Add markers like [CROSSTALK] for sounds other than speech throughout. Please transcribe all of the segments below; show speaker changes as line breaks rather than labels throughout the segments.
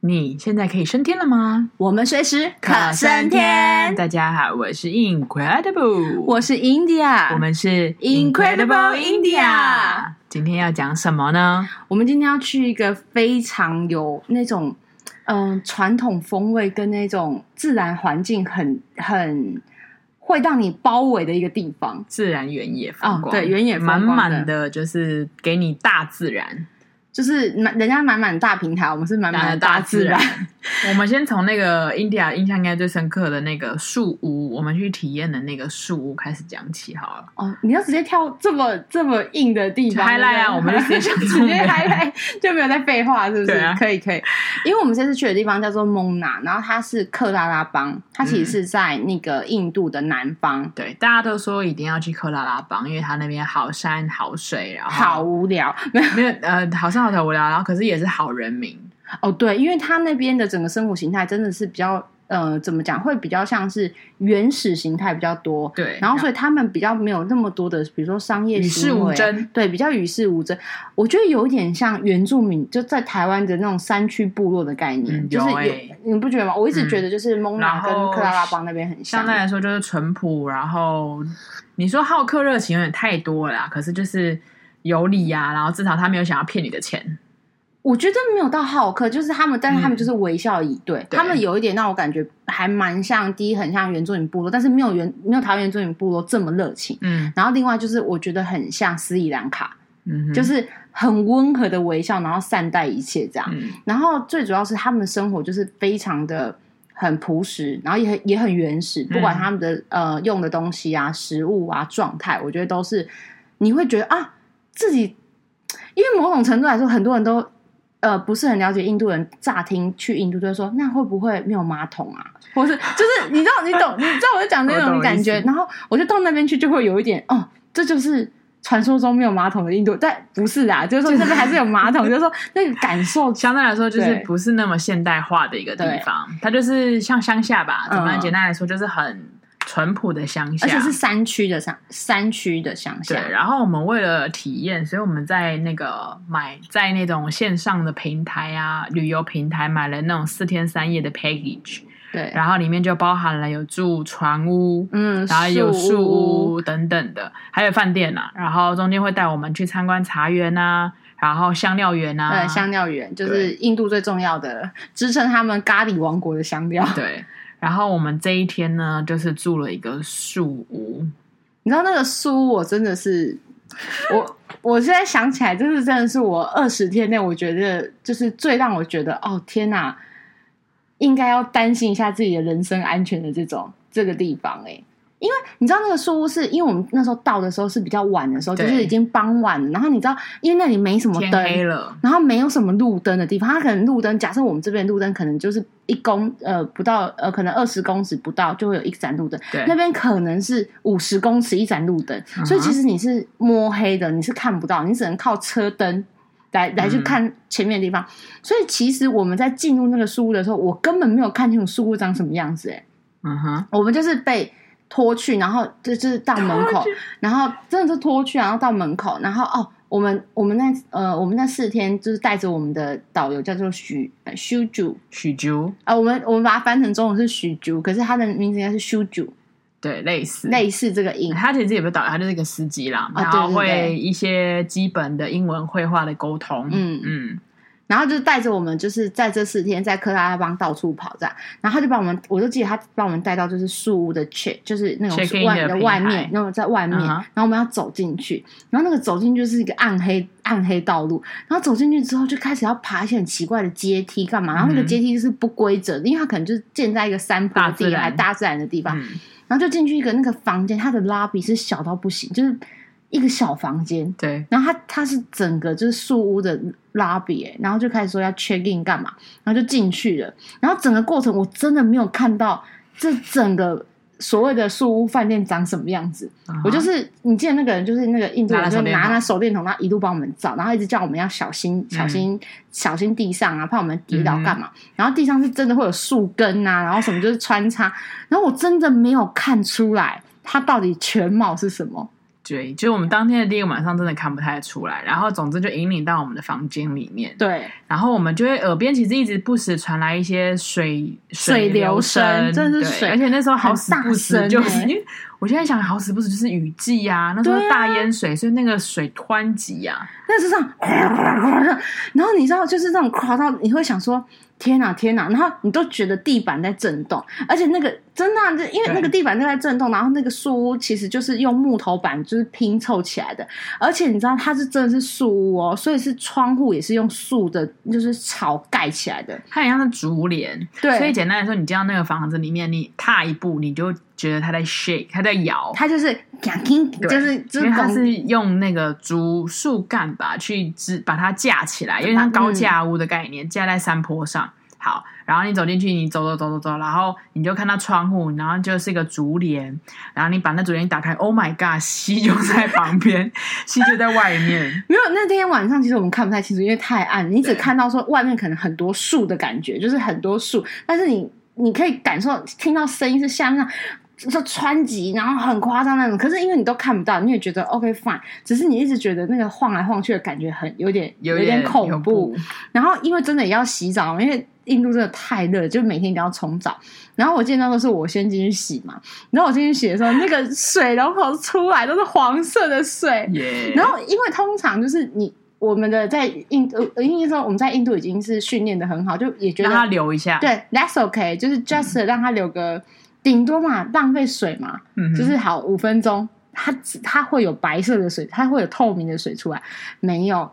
你现在可以升天了吗？
我们随时可升天。
大家好，我是 Incredible，
我是 India，
我们是
Incredible India
今天要讲什么呢？
我们今天要去一个非常有那种嗯、呃传统风味跟那种自然环境很很会让你包围的一个地方。
自然原野风光，
哦对原野风
满
光的
满的，就是给你大自然。
就是满人家满满大平台，我们是满满的大自然。
[LAUGHS] 我们先从那个 India 印象应该最深刻的那个树屋，我们去体验的那个树屋开始讲起好了。
哦，你要直接跳这么这么硬的地方
就 highlight 啊
对
我
不对
们就直接想
[LAUGHS] 直
重
接
点
highlight 就没有在废话，是不是？
对啊
可以可以，因为我们这次去的地方叫做蒙娜，然后它是克拉拉邦，它其实是在那个印度的南方。
对，大家都说一定要去克拉拉邦，因为它那边好山好水，然后
好无聊，没有
[LAUGHS] 没有呃，好山好水无聊，然后可是也是好人民，
哦，对，因为它那边的整个生活形态真的是比较呃，怎么讲，会比较像是原始形态比较多，
对
然后所以他们比较没有那么多的，比如说商业
与世
行为
无
啊
争，
对，比较与世无争。我觉得有一点像原住民，就在台湾的那种山区部落的概念，
嗯
就是
有
有、
欸嗯
你不觉得吗？我一直觉得就是蒙
然
娜跟
后
克拉拉邦那边很
相
像，
对来说就是淳朴，然后你说好客热情有点太多了啦，可是就是有理啊，然后至少他没有想要骗你的钱，
我觉得没有到好客，就是他们，但是他们
嗯
就是微笑以对，
对
他们有一点让我感觉还蛮像，第一很像原住民部落，但是没有原没有台湾原住民部落这么热情。
嗯
然后另外就是，我觉得很像斯里兰卡，
嗯哼，
就是很温和的微笑，然后善待一切这样。
嗯
然后最主要是他们的生活就是非常的很朴实，然后也很也很原始，不
嗯
管他们的、呃用的东西啊、食物啊、状态，我觉得都是你会觉得啊自己，因为某种程度来说，很多人都。呃，不是很了解印度人，乍听去印度就会说，那会不会没有马桶啊？或是就是你知道，你懂，你知道我在讲那
我懂
种感
意
觉。
思
然后我就到那边去，就会有一点哦，这就是传说中没有马桶的印度，但不是啦，就是说这边还是有马桶，就是说那个
[LAUGHS]
感受
相对来说就是
对
不是那么现代化的一个地
对
方，它就是像乡下吧，怎么样
嗯
简单来说就是很淳朴的乡下，
而且是山区的山山区的乡下，
对，然后我们为了体验，所以我们在那个买在那种线上的平台啊，旅游平台买了那种四天三夜的 package，
对，
然后里面就包含了有住船屋。
嗯，
然后有树
树屋，
屋等等的，还有饭店呐、然后中间会带我们去参观茶园呐、然后香料园啊呐、
呃，香料园就是印度最重要的支撑他们咖喱王国的香料。
对。然后我们这一天呢，就是住了一个树屋，
你知道那个书，我真的是，我我现在想起来，这是真的是我二十天内，我觉得就是最让我觉得，哦天哪，应该要担心一下自己的人身安全的这种这个地方哎、欸因为你知道那个书屋是因为我们那时候到的时候是比较晚的时候，就
对
是已经傍晚了。然后你知道，因为那里没什么
天
灯，
黑了，
然后没有什么路灯的地方，它可能路灯，假设我们这边路灯可能就是一公呃不到呃可能二十公尺不到就会有一盏路灯，
对嗯
那边可能是五十公尺一盏路灯，
哼
所以其实你是摸黑的，你是看不到，你只能靠车灯。来来去
嗯
看前面的地方，所以其实我们在进入那个树屋的时候，我根本没有看清楚树屋长什么样子、欸，
嗯哼，
我们就是被拖去，然后就就是到门口
拖去，
然后真的是拖去，然后到门口，然后哦，我们我们那呃我们那四天就是带着我们的导游叫做许呃许主
许竹，
啊，我们我们把它翻成中文是许竹，可是他的名字应该是许主，
对，类似
类似这个音。
他其实也不是导游，他就是一个司机啦，
啊
然后
对对
会
对
一些基本的英文绘画的沟通，
嗯
嗯，
然后就带着我们，就是在这四天在克拉拉邦到处跑这样，然后他就把我们，我就记得他把我们带到就是树屋的 check，就是那
Check-in
种外
的平台
外面，那种在外面
嗯哼
然后我们要走进去，然后那个走进去就是一个暗黑暗黑道路，然后走进去之后就开始要爬一些很奇怪的阶梯干嘛，然后那
嗯
个阶梯就是不规则的，因为它可能就是建在一个山坡
大自
地
然
还大自然的地方，
嗯
然后就进去一个那个房间，它的 lobby 是小到不行，就是一个小房间，
对，
然后他他是整个就是树屋的 lobby，、欸、然后就开始说要 check in 干嘛，然后就进去了。然后整个过程我真的没有看到这整个所谓的树屋饭店长什么样子。我就
嗯
是你记得那个人，就是那个印度
拿
人，
着手
就
电筒嗯
拿那手电筒，然后一路帮我们照，然后一直叫我们要小心、小心、小心地上啊，怕我们跌倒干嘛。然后地上是真的会有树根啊，然后什么就是穿插，然后我真的没有看出来它到底全貌是什么。
对，就是我们当天的第一个晚上真的看不太出来，然后总之就引领到我们的房间里面，
对，
然后我们就会耳边其实一直不时传来一些水
水流
流
声真的是
对
水
而且那时候好
很
死
大
不死
声
就是
欸
因为我现在想好死不死就是雨季呀、那时候
对啊
大淹水，所以那个水湍急啊呀、
那是这样，然后你知道，就是那种夸到你会想说。天哪，天啊哪！然后你都觉得地板在震动，而且那个真的啊、就因为
对
那个地板都在震动，然后那个树屋其实就是用木头板就是拼凑起来的，而且你知道它是真的是树屋哦，所以是窗户也是用树的，就是草盖起来的。
它很像是竹帘，
对，
所以简单来说，你进到那个房子里面，你踏一步，你就觉得它在 shake，它在摇，
它就是讲听，
对
就是就
因为它
拱
是用那个竹树干吧去支把它架起来，有点像高架屋的概念，架在山坡上。好，然后你走进去，你走走走走走，然后你就看到窗户，然后就是一个竹帘，然后你把那竹帘打开，Oh my God，溪就在旁边， [LAUGHS] 溪就在外面，
没有，那天晚上其实我们看不太清楚，因为太暗，你只
对
看到说外面可能很多树的感觉，就是很多树，但是你你可以感受听到声音是下面那就穿击，然后很夸张那种。可是因为你都看不到，你也觉得 OK fine，只是你一直觉得那个晃来晃去的感觉很有点
有
点恐
恐
怖。，然后因为真的也要洗澡，因为印度真的太热了，就每天都要冲澡。然后我见到都是我先进去洗嘛，然后我进去洗的时候，那个水龙头出来都是黄色的水，
耶、
然后，因为通常就是你我们的在印度，呃应该说我们在印度已经是训练的很好，就也觉
让它
得
流一下，，嗯
对，that's okay，就是 just 让它留个顶多嘛，浪费水嘛，
嗯哼、
就是好五分钟，它它会有白色的水，它会有透明的水出来，没有。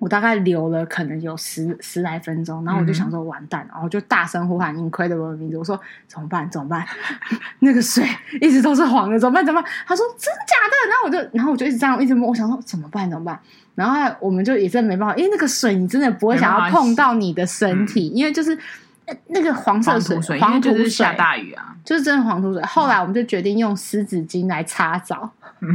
我大概留了可能有十十来分钟，然后
嗯
我就想说完蛋，然后我就大声呼喊 Incredible 的名字，我说怎么办？怎么办？ [LAUGHS] 那个水一直都是黄的，怎么办？怎么办？他说真的假的？然后我就，然后我就一直这样一直摸，我想说怎么办？怎么办？然后我们就也真的没办法，因为那个水你真的不会想
没
要
办法洗
碰到你的身体，因为就是呃那个黄色
黄
的
土水，因为
黄土
就是
水
下大雨啊，
就是真的黄土水。后来我们就决定用湿纸巾来擦澡， [LAUGHS]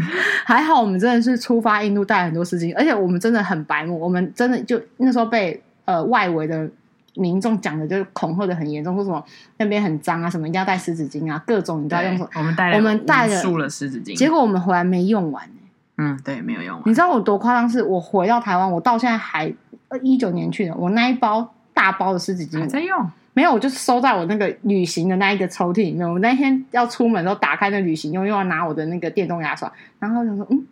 还好我们真的是出发印度带很多湿巾，而且我们真的很白目，我们真的就那时候被呃外围的。民众讲的就是恐吓的很严重，说什么那边很脏啊，什么一定要带湿纸巾啊，各种你都要用什么。
对我们带了
我们带了
无数了湿纸巾，
结果我们回来没用完、欸
嗯，对，没有用完，
你知道我多夸张？是我回到台湾，我到现在还呃一九年去的，我那一包大包的湿纸
嗯还
巾
在用。
没有，我就收在我那个旅行的那一个抽屉里面。我那天要出门的时候，打开那旅行用，又要拿我的那个电动牙刷，然后我想说，嗯，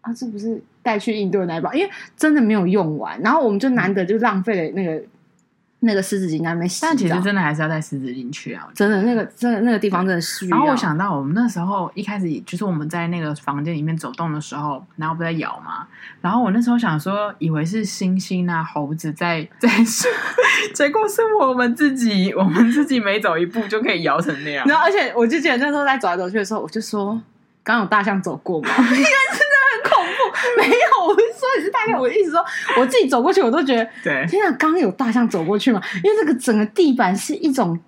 啊，这不是带去印度的那一包，因为真的没有用完，然后我们就难得就浪费了那个那个湿纸巾在那边洗澡。
但其实真的还是要带湿纸巾去啊。我觉得
真的那个真的那个地方真的需要。
然后我想到我们那时候一开始就是我们在那个房间里面走动的时候，然后不在摇嘛，然后我那时候想说以为是猩猩啊猴子在在 [LAUGHS] 结果是我们自己，我们自己每走一步就可以摇成那样。
然后，而且我就记得那时候在走来走去的时候，我就说：“刚刚有大象走过吗？” [LAUGHS] 因为真的很恐怖。没有，我是说你是大象，我的意思说我自己走过去，我都觉得
对，
天啊，刚刚有大象走过去吗？因为这个整个地板是一种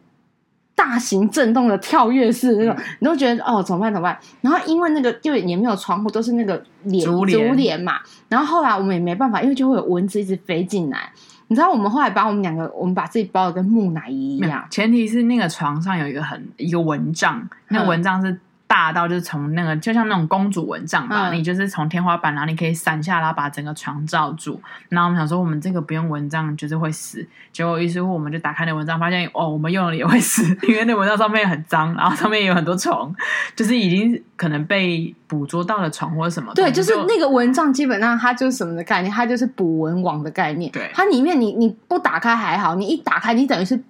大型震动的跳跃式的那
嗯
种，你都觉得哦，怎么办？怎么办？然后因为那个因为也没有窗户，都是那个帘
竹帘
帘嘛。然后后来我们也没办法，因为就会有蚊子一直飞进来。你知道，我们后来把我们两个，我们把自己包的跟木乃伊一
没有
样，
前提是那个床上有一个很一个蚊帐，那
嗯
个蚊帐是大到就是从那个就像那种公主蚊帐吧，
嗯
你就是从天花板，然后你可以散下，然后把整个床罩住。然后我们想说，我们这个不用蚊帐就是会死，结果于是乎我们就打开那蚊帐，发现哦，我们用了也会死，因为那蚊帐上面很脏，然后上面也有很多虫，就是已经可能被捕捉到了虫或者什么。
对，就是
我们
那个蚊帐，基本上它就是什么的概念？它就是捕蚊网的概念。
对
它里面你你不打开还好，你一打开，你等于是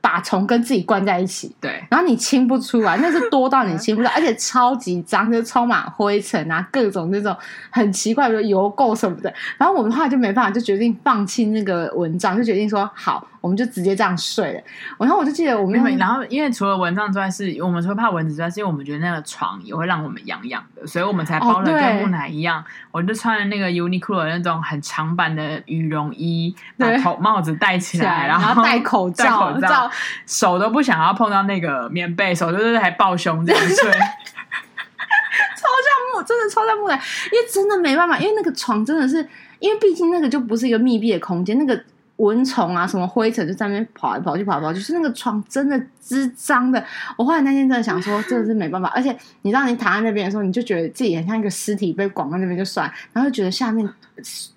把虫跟自己关在一起，
对。
然后你清不出
[LAUGHS]
来，那是多到你清不出来，而且超级脏，就是充满灰尘啊，各种那种很奇怪的油垢什么的。然后我们后来就没办法，就决定放弃那个蚊帐，就决定说好，我们就直接这样睡了。然后我就记得我们
因为
那
然后，因为除了蚊帐之外是，我们除了怕蚊子之外，是因为我们觉得那个床也会让我们痒痒的，所以我们才包
哦
了跟
对
木乃伊一样。我就穿了那个 Uniqlo 的那种很长版的羽绒衣，
对
把头帽子戴起来，
然
后
戴
[LAUGHS]
口
戴口罩
罩
手都不想要碰到那个棉被，手就是还抱胸这样睡。
木真的超像木乃伊，因为真的没办法，因为那个床真的是，因为毕竟那个就不是一个密闭的空间，那个蚊虫啊，什么灰尘就在那边跑来跑去，跑来跑去，就是那个床真的滋脏的。我后来那天真的想说，真的是没办法。而且你知道，你躺在那边的时候，你就觉得自己很像一个尸体被广到那边就算，然后就觉得下面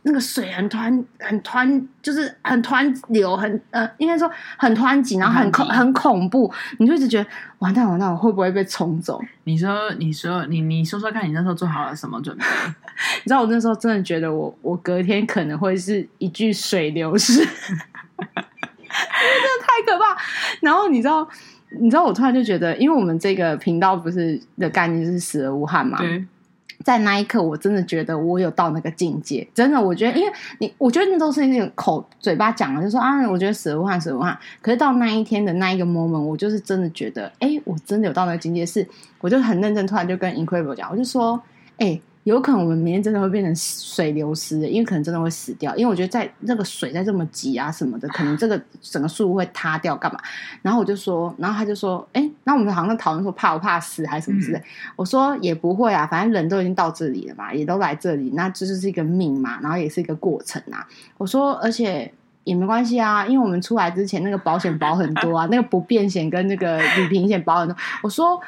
那个水很湍、很湍，就是很湍流，很呃，应该说很湍急，然后很恐、
很湍急
很恐怖，你就一直觉得完蛋完蛋，我会不会被冲走？
你说，你说，你你说说看，你那时候做好了什么准备？
你知道我那时候真的觉得我我隔天可能会是一具水流尸，因为 [LAUGHS] 真的太可怕。然后你知道，你知道我突然就觉得，因为我们这个频道不是的概念就是死而无憾嘛，
对，
在那一刻，我真的觉得我有到那个境界，真的，我觉得，因为你，我觉得那都是那种口嘴巴讲的，就说啊，我觉得死而无憾，死而无憾。可是到那一天的那一个 moment，我就是真的觉得，哎、我真的有到那个境界，是，我就很认真，突然就跟 Incredible 讲，我就说，哎、有可能我们明天真的会变成水流失的，因为可能真的会死掉，因为我觉得在那个水在这么急啊什么的，可能这个整个树会塌掉干嘛？然后我就说，然后他就说，哎、那我们好像在讨论说怕不怕死还是什么之类。我说也不会啊，反正人都已经到这里了嘛，也都来这里，那这就是一个命嘛，然后也是一个过程啊。我说，而且也没关系啊，因为我们出来之前那个保险保很
[LAUGHS]
多啊，那个不便险跟那个旅平险保很多。我说。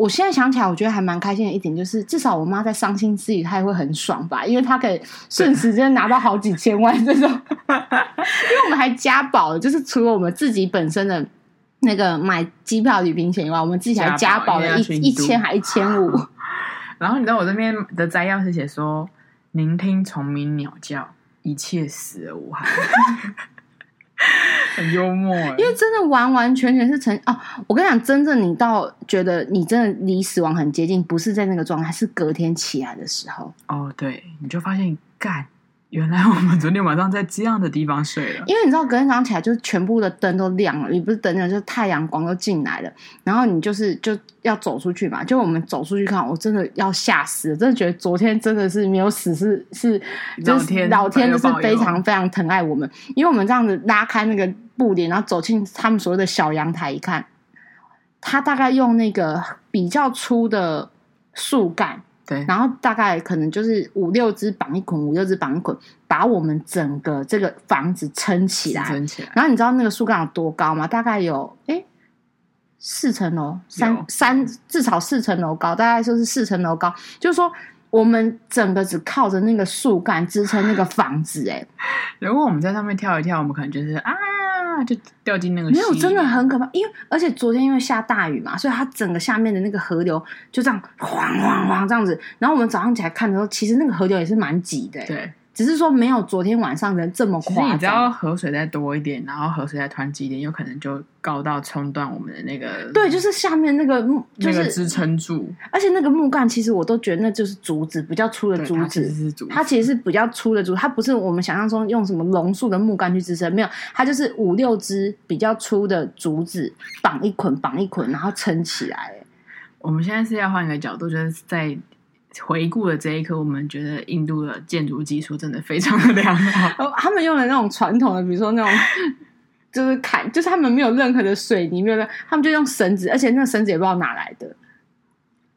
我现在想起来，我觉得还蛮开心的一点就是，至少我妈在伤心之余，她也会很爽吧，因为她可以瞬时间拿到好几千万这种。因为我们还加保了，就是除了我们自己本身的那个买机票、旅行险以外，我们自己还加保了一
加保因为要去
一
印度
千还一千
[LAUGHS]
五。
然后你知道我这边的摘要是写说：“聆听虫鸣鸟叫，一切死而无憾。” [LAUGHS] 很幽默欸，
因为真的完完全全是成哦，我跟你讲，真正你到觉得你真的离死亡很接近，不是在那个状态，是隔天起来的时候。
哦，对，你就发现干，原来我们昨天晚上在这样的地方睡了。
因为你知道，隔天早上起来就是全部的灯都亮了，你不是灯亮，就是太阳光都进来了，然后你就是就要走出去嘛。就我们走出去看，我真的要吓死了，真的觉得昨天真的是没有死是是，就
老
是
天
老天就是
保佑
非常非常疼爱我们，因为我们这样子拉开那个布帘，然后走进他们所谓的小阳台一看，他大概用那个比较粗的树干，
对，
然后大概可能就是五六只绑一捆，五六只绑一捆，把我们整个这个房子撑起来。
真起来，
然后你知道那个树干有多高吗？大概有诶四层楼，三
有
三至少四层楼高，大概就是四层楼高。就是说，我们整个只靠着那个树干支撑
[LAUGHS]
那个房子、诶
如果我们在上面跳一跳，我们可能就是啊，就掉进那个
没有，
溪
真的
里
很可怕。因为而且昨天因为下大雨嘛，所以它整个下面的那个河流就这样晃晃晃这样子。然后我们早上起来看的时候，其实那个河流也是蛮挤的、诶
对。
只是说没有昨天晚上人这么
其实
夸
你知道
张。
河水再多一点，然后河水再湍急一点，有可能就高到冲断我们的那个
对，就是下面那个木，就
那
是、
个支撑柱，
而且那个木干，其实我都觉得那就是竹子，比较粗的
对
竹
它其实
子。
是竹子，
它其实是比较粗的竹，它不是我们想象中用什么榕树的木干去支撑，没有，它就是五六只比较粗的竹子绑一捆，绑一捆，然后撑起来。哎。
我们现在是要换一个角度，就是在回顾的这一刻，我们觉得印度的建筑技术真的非常的良好
[LAUGHS] 哦，他们用的那种传统的，比如说那种就是砍，就是他们没有任何的水泥，没有任何，他们就用绳子，而且那个绳子也不知道哪来的，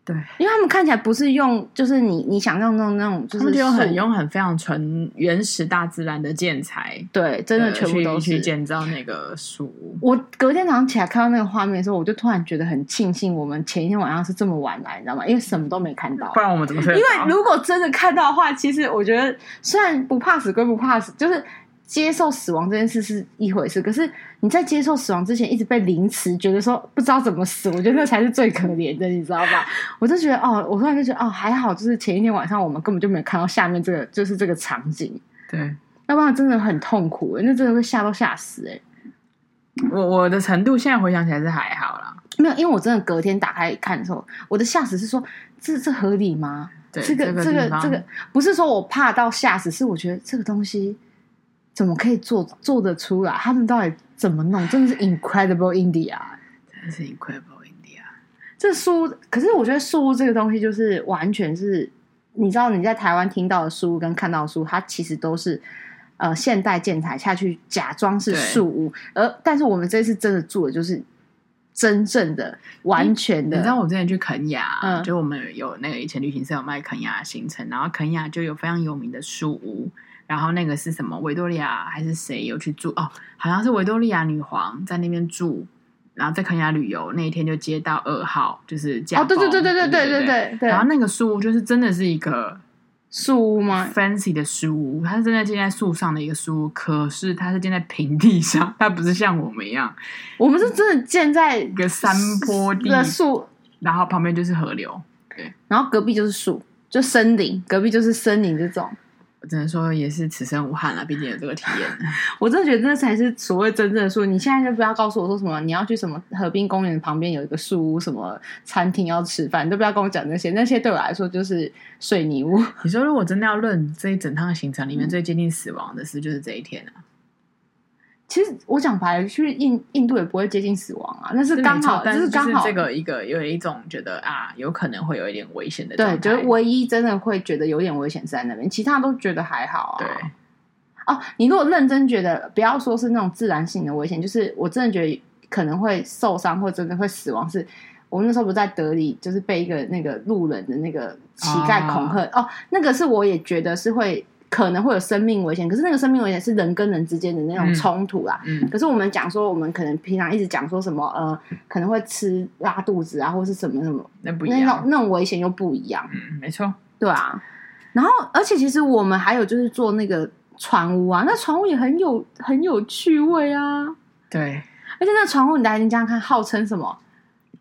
对，
因为他们看起来不是用，就是你你想象中的那种，就
他
是
们就用很
树
用很非常纯原始大自然的建材，
对，真的
呃
全部都
去去
是。
建造那个树屋。
我隔天早上起来看到那个画面的时候，我就突然觉得很庆幸，我们前一天晚上是这么晚来，你知道吗？因为什么都没看到
不。然我们怎么睡
因
得
为
着？
如果真的看到的话，其实我觉得虽然不怕死归不怕死，就是接受死亡这件事是一回事，可是你在接受死亡之前一直被凌迟，觉得说不知道怎么死，我觉得那才是最可怜的，你知道吧？ [LAUGHS] 我就觉得哦，我突然就觉得哦，还好，就是前一天晚上我们根本就没有看到下面这个，就是这个场景，
对
要不然真的很痛苦、欸，那真的会吓都吓死哎、欸
我我的程度，现在回想起来是还好啦。
没有，因为我真的隔天打开看的时候，我的吓死是说这这合理吗？
对，
这个
个
这
地
个
方
这个，不是说我怕到吓死，是我觉得这个东西怎么可以做做得出来？他们到底怎么弄？真的是 incredible India。
真的是 incredible India。
这书，可是我觉得书屋这个东西就是完全是，你知道你在台湾听到的书跟看到的书，它其实都是呃现代建材下去假装是树屋，而但是我们这次真的住的就是真正的完全
你
的，
知道我之前去肯雅，
嗯
就我们有那个以前旅行社有卖肯雅的行程，然后肯雅就有非常有名的树屋，然后那个是什么维多利亚还是谁有去住哦？好像是维多利亚女皇在那边住，然后在肯亚旅游那一天就接到二号，就是驾
哦，对对对对
对
对对
对
对对对
然，后那个树屋就是真的是一个
树屋吗？
fancy 的书屋，它是真的建在树上的一个书屋，可是它是建在平地上，它不是像我们一样
我们是真的建在
一个山坡地，
的树，
然后旁边就是河流。
然后隔壁就是树，就森林，隔壁就是森林这种。
我只能说也是此生无憾了，毕竟有这个体验。 [LAUGHS]
我真的觉得这才是所谓真正的树。你现在就不要告诉我说什么你要去什么河滨公园旁边有一个树屋，什么餐厅要吃饭，你都不要跟我讲那些，那些对我来说就是水泥屋。
你说如果真的要论这一整趟行程里面最接近死亡的事，就是这一天啊，
[LAUGHS] 其实我讲白了，去印印度也不会接近死亡啊，那是刚
没错
好，
但
是
就
刚好
这个一个有一种觉得啊，有可能会有一点危险的状
对，
态。
就是唯一真的会觉得有点危险是在那边，其他都觉得还好啊。
对，
哦，你如果认真觉得，不要说是那种自然性的危险，就是我真的觉得可能会受伤或真的会死亡是。我那时候不在德里，就是被一个那个路人的那个乞丐
啊
恐吓、哦，那个是我也觉得是会可能会有生命危险，可是那个生命危险是人跟人之间的那种
嗯
冲突啦，
嗯，
可是我们讲说，我们可能平常一直讲说什么呃，可能会吃拉肚子啊，或是什么什么，
那不一
那种
样。
那种危险又不一样，
嗯，没错。
对啊。然后，而且其实我们还有就是做那个船屋啊，那船屋也很有很有趣味啊。
对，
而且那船屋，你来你想想看，号称什么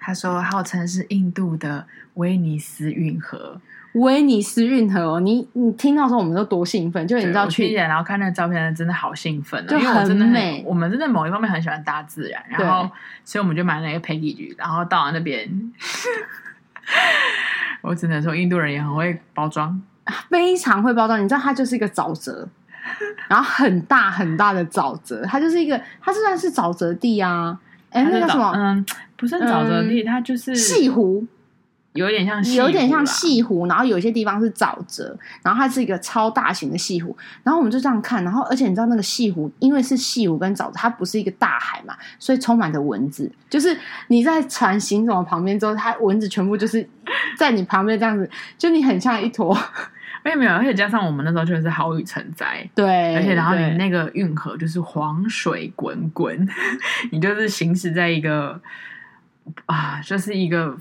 他说号称是印度的威尼斯运河。
威尼斯运河、哦，你你听到的时候，我们都多兴奋，就你
对
知道
我去
去
日然后看那个照片，真的好兴奋、哦，
就
因为我真的很
很美
我们真的某一方面很喜欢大自然，
对
然后所以我们就买了一个 Peggy 橘，然后到了那边， [LAUGHS] 我只能说印度人也很会包装，
非常会包装，你知道它就是一个沼
[LAUGHS]
泽，然后很大很大的沼泽，它就是一个它虽然是沼泽地啊，哎、
它
那
是
个
沼
什么。
嗯，不是很沼泽地，它就是
西湖，
有点像西湖啦
有点像，西湖，然后有些地方是沼泽，然后它是一个超大型的西湖，然后我们就这样看，然后而且你知道那个西湖，因为是西湖跟沼泽，它不是一个大海嘛，所以充满着蚊子，就是你在船行走旁边之后，它蚊子全部就是在你旁边这样子，就你很像一坨， [LAUGHS]
没有没有，而且加上我们那时候就是好雨成灾。
对，
而且，然后你
对
那个运河就是黄水滚滚， [LAUGHS] 你就是行驶在一个啊，就是一个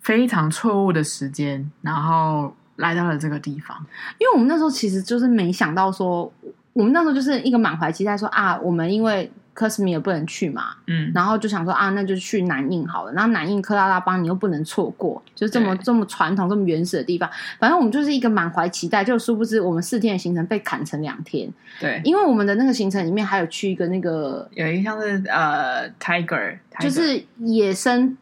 非常错误的时间，然后来到了这个地方。
因为我们那时候其实就是没想到说，我们那时候就是一个满怀期待说啊，我们因为克什米尔不能去嘛，
嗯，
然后就想说啊，那就去南印好了。然后南印克拉拉邦你又不能错过，就是这么
对
这么传统、这么原始的地方。反正我们就是一个满怀期待，就殊不知我们四天的行程被砍成两天，
对，
因为我们的那个行程里面还有去一个那个
有一个像是呃，tiger，
就是野生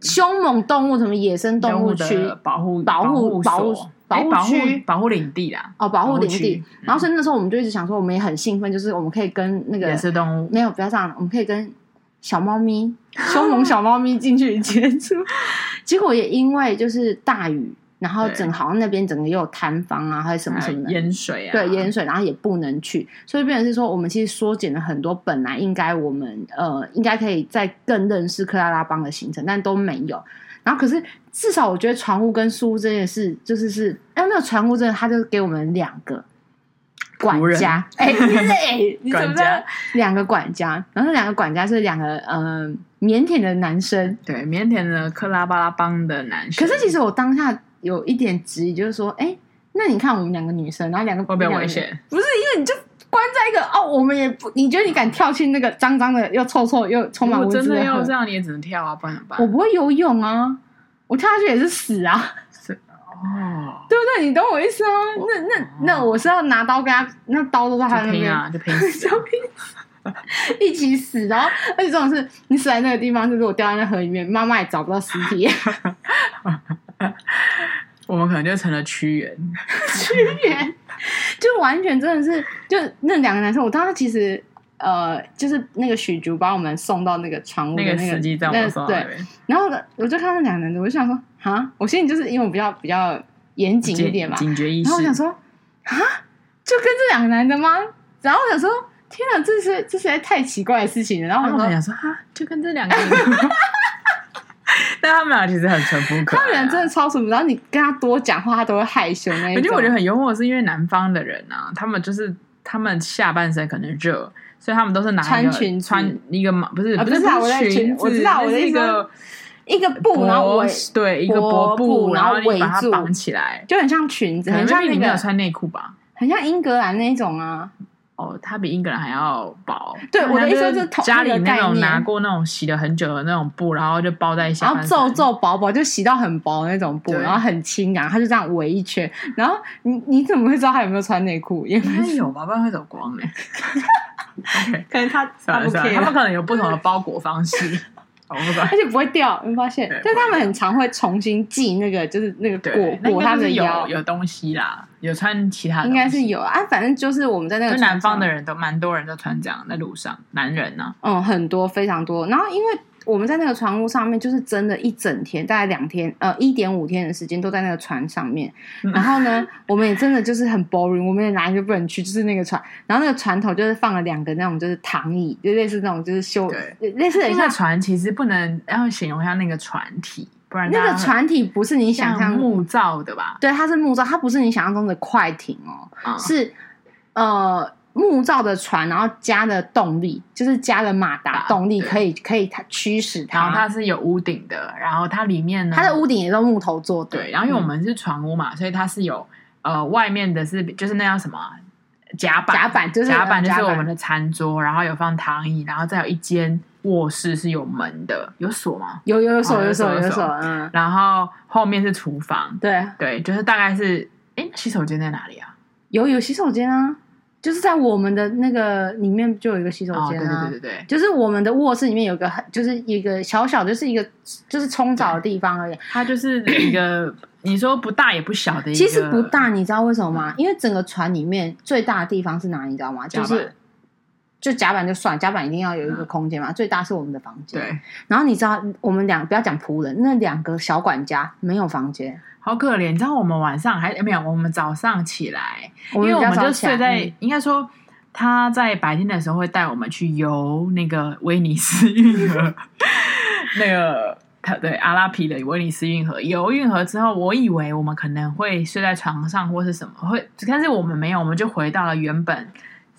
凶猛动物什么野生动物区
的保护
保护
保护
保
所哎
护保
保
护
护
区
保护领地啦，
哦保护
保护
领
区嗯
地。然后所以那时候我们就一直想说，我们也很兴奋，就是我们可以跟那个
野生动物。
没有，不要这样，我们可以跟小猫咪、凶猛小猫咪进去接触。 [LAUGHS] 结果也因为就是大雨，然后
对
整好像那边整个也有塌方啊，还是什么什么
呃
的。
淹水啊？
对淹水，然后也不能去，所以变成是说，我们其实缩减了很多本来应该我们呃应该可以再更认识克拉拉邦的行程，但都没有。然后可是至少我觉得船屋跟书屋这件事，就是是，哎，那个船屋真的，他就给我们两个管
仆人
家，
[LAUGHS]
哎、你是哎，你怎么
管
知道
家
两个管家，然后那两个管家是两个嗯、呃腼腆的男生。
对，腼腆的克拉巴拉邦的男
可
生，
是其实我当下有一点质疑，就是说，哎、那你看我们两个女生，然后两个
会不会
两个
危险？
不是因为你就关在一个哦，我们也不，你觉得你敢跳进那个脏脏的又臭臭又充
如
满
果
蚊
真
子
的要
河
这样，你也只能跳啊，不然怎么办？
我不会游泳啊，我跳下去也是死啊， [LAUGHS]
哦，
对不对？你懂我意思吗？那那那我是要拿刀跟他，那刀都在他
就
那边
拼啊，就拼死啊。
[LAUGHS] 一起死，然后而且这种是你死在那个地方，就是我掉在那河里面，妈妈也找不到尸体。 [LAUGHS]
我们可能就成了屈原。
员，就完全真的是，就那两个男生，我当时其实呃，就是那个许竹把我们送到那个船屋的
那个
那个
司机在我
那
们手
对
那，边，
然后呢，我就看到那两个男的，我就想说啊，我心里就是因为我比较比较严谨一点嘛，
警觉意识。
然后我想说啊，就跟这两个男的吗？然后我想说。天啊，这是这实在太奇怪的事情了。然后
然
我
后我
想
们
说，
想说哈，就跟这两个人。 [LAUGHS] 但他们俩其实很淳朴可爱、
他
啊。
人真的超淳朴，然后你跟他多讲话，他都会害羞那一
而
种。
且我觉得很幽默，是因为南方的人啊，他们就是他们下半身可能热，所以他们都是拿一个
穿裙子
穿一个马不是
啊
是
不是啊
不
我
是
的裙
裙
子我知道
那
我的
是
意
一
思
个
一个布，然后
脖
围
对一个
脖
布，
布
然
然
后
后
你把它
围住
绑起来，
就很像裙子，
可能
很像
因为
那
你没有
个，
穿内裤吧？
很像英格兰那一种啊。
哦，它比英格兰还要薄。
对
它
我的意思
就是
就是同
家里
那个
那
概
种
念
拿过那种洗了很久的那种布，然后就包在下
然后
半身。
皱皱薄薄，就洗到很薄的那种布，
对
然后很清凉，他就这样围一圈。然后你你怎么会知道他有没有穿内裤？
[LAUGHS]
因为
应该有吧，不然会走
[LAUGHS]
光嘞。OK，
可能他
算了算了，他
care
们可能有不同的包裹方式。
[LAUGHS]
我不管
而。且不会掉，你发现
对？
但他们很常会重新系那个，就是那个
哎对，
裹裹
那
他
应该
们的
是
腰
有，有东西啦，有穿其他的
应
东西，
该是有啊。反正就是我们在那
因
个
为南
船上
方的，人都蛮多人都穿这样在路上，男人啊呢、
嗯，很多非常多。然后因为我们在那个船屋上面，就是真的一整天，大概两天，呃，一点五天的时间都在那个船上面。
嗯
然后呢，我们也真的就是很 boring，我们也哪里都不能去，就是那个船。然后那个船头就是放了两个那种就是躺椅，就类似那种就是修
对，
类似很
那
像
个船其实不能要形容一下那个船体，不然大
那
家
个船体不是你
很
想
像
象，
木造的吧？
对，它是木造，它不是你想象中的快艇哦，
嗯、
是呃木造的船，然后加了动力，就是加了马达
啊
动力，
对
可以可以它驱使
然后
它。
它是有屋顶的，然后它里面呢，
它的屋顶也都木头做的，
对，然后因
嗯
为我们是船屋嘛，所以它是有呃外面的是就是那叫什么啊甲板，
嗯甲板就是
甲板就是
甲板
我们的餐桌，然后有放躺椅，然后再有一间卧室是有门的，有锁吗？
有有有手
哦有
有
手
手
有
有
手
手，嗯，
然后后面是厨房，
对，
对，就是大概是，哎，洗手间在哪里啊？
有有洗手间啊，就是在我们的那个里面就有一个洗手
哦，对
间
对
啊，
对对
[CLEARS THROAT]
对，
就是我们的卧室里面有个很，就是一个小小，就是一个就是冲澡的地方而已。
它就是一个，你说不大也不小的一个，
其实不大，你知道为什么吗？因为整个船里面最大的地方是哪里，你知道吗？
甲
就
板
是就甲板就算，甲板一定要有一个空间嘛，最大是我们的房间。。
嗯对，
然后你知道，我们两不要讲仆人，那两个小管家没有房间，
好可怜。你知道我们晚上还诶没有，我们早上起来，
我
因
们
为我
比较
们就
早起来
睡在，
嗯
应该说他在白天的时候会带我们去游那个威尼斯运河， [LAUGHS] 那个他对阿拉皮的威尼斯运河。游运河之后，我以为我们可能会睡在床上或是什么，会，但是我们没有，我们就回到了原本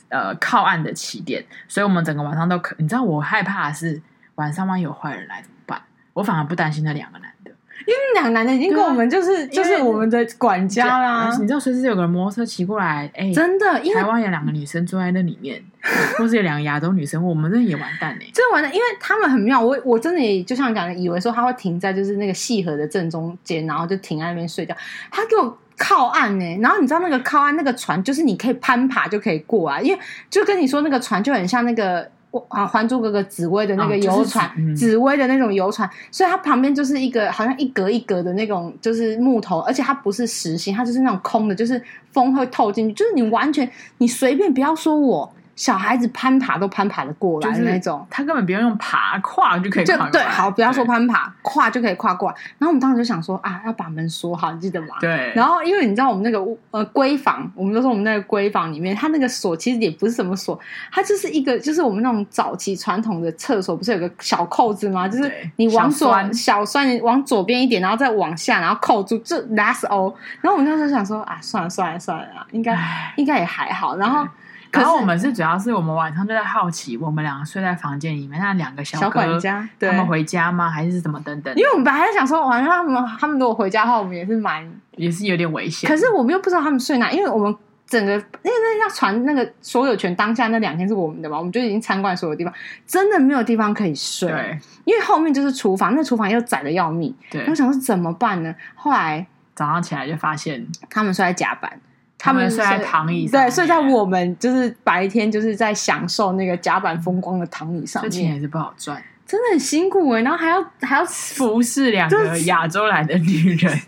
呃靠岸的起点，所以我们整个晚上都可，你知道我害怕的是晚上万一有坏人来怎么办？我反而不担心那两个男的。
那两个男的已经跟
对啊
我们就是
因为
就是我们的管家啦，
啊你知道随时有个人摩托车骑过来，哎、
啊真的，因为
台湾有两个女生坐在那里面， [LAUGHS] 或是有两个亚洲女生，我们那也完蛋呢、欸
这玩的，因为他们很妙，我我真的也就像讲的，以为说他会停在就是那个细河的正中间，然后就停在那边睡觉。他给我靠岸呢、欸然后你知道那个靠岸那个船，就是你可以攀爬就可以过啊，因为就跟你说那个船就很像那个。我啊，《还珠格格》紫薇的那
哦
个
就是
游
紫
船，
嗯
紫薇的那种游船，所以它旁边就是一个好像一格一格的那种，就是木头，而且它不是实心，它就是那种空的，就是风会透进去，就是你完全你随便不要说我小孩子攀爬都攀爬得过
就
来
是
的那种，
她根本不用用爬跨就可以
就
跨过
对，
来
好，不要说
对
攀爬，跨就可以跨过来。然后我们当时就想说啊，要把门锁好，你记得吗？。
对，
然后，因为你知道我们那个屋呃闺房，我们都说我们那个闺房里面，它那个锁其实也不是什么锁，它就是一个就是我们那种早期传统的厕所，不是有个小扣子吗？就是
对
你往
小
左
栓
小栓，你往左边一点，然后再往下，然后扣住，这 that's all。然后我们那时候想说啊，算了算了算了啊，应该
唉
应该也还好。然后
对，
可
然
是
后我们是主要是我们晚上就在好奇，我们两个睡在房间里面，那两个
小
哥
管家对
他们回家吗？还是怎么等等
因？为我们本来在想说，晚上他们他们如果回家的话，我们也是蛮
也是有点危险。
可是我们又不知道他们睡哪，因为我们整个那那那船那个所有权当下那两天是我们的嘛，我们就已经参观所有地方，真的没有地方可以睡，
对
因为后面就是厨房，那厨房又窄的要命，
对
我，想说怎么办呢？后来
早上起来就发现
他们睡在甲板。
他们
们
睡在躺椅上
对，睡在
面
我们就是白天就是在享受那个甲板风光的躺椅上
这钱
面，
也是不好赚，
真的很辛苦哎、然后还要还要
服侍两个
就是
亚洲来的女
[LAUGHS]
人，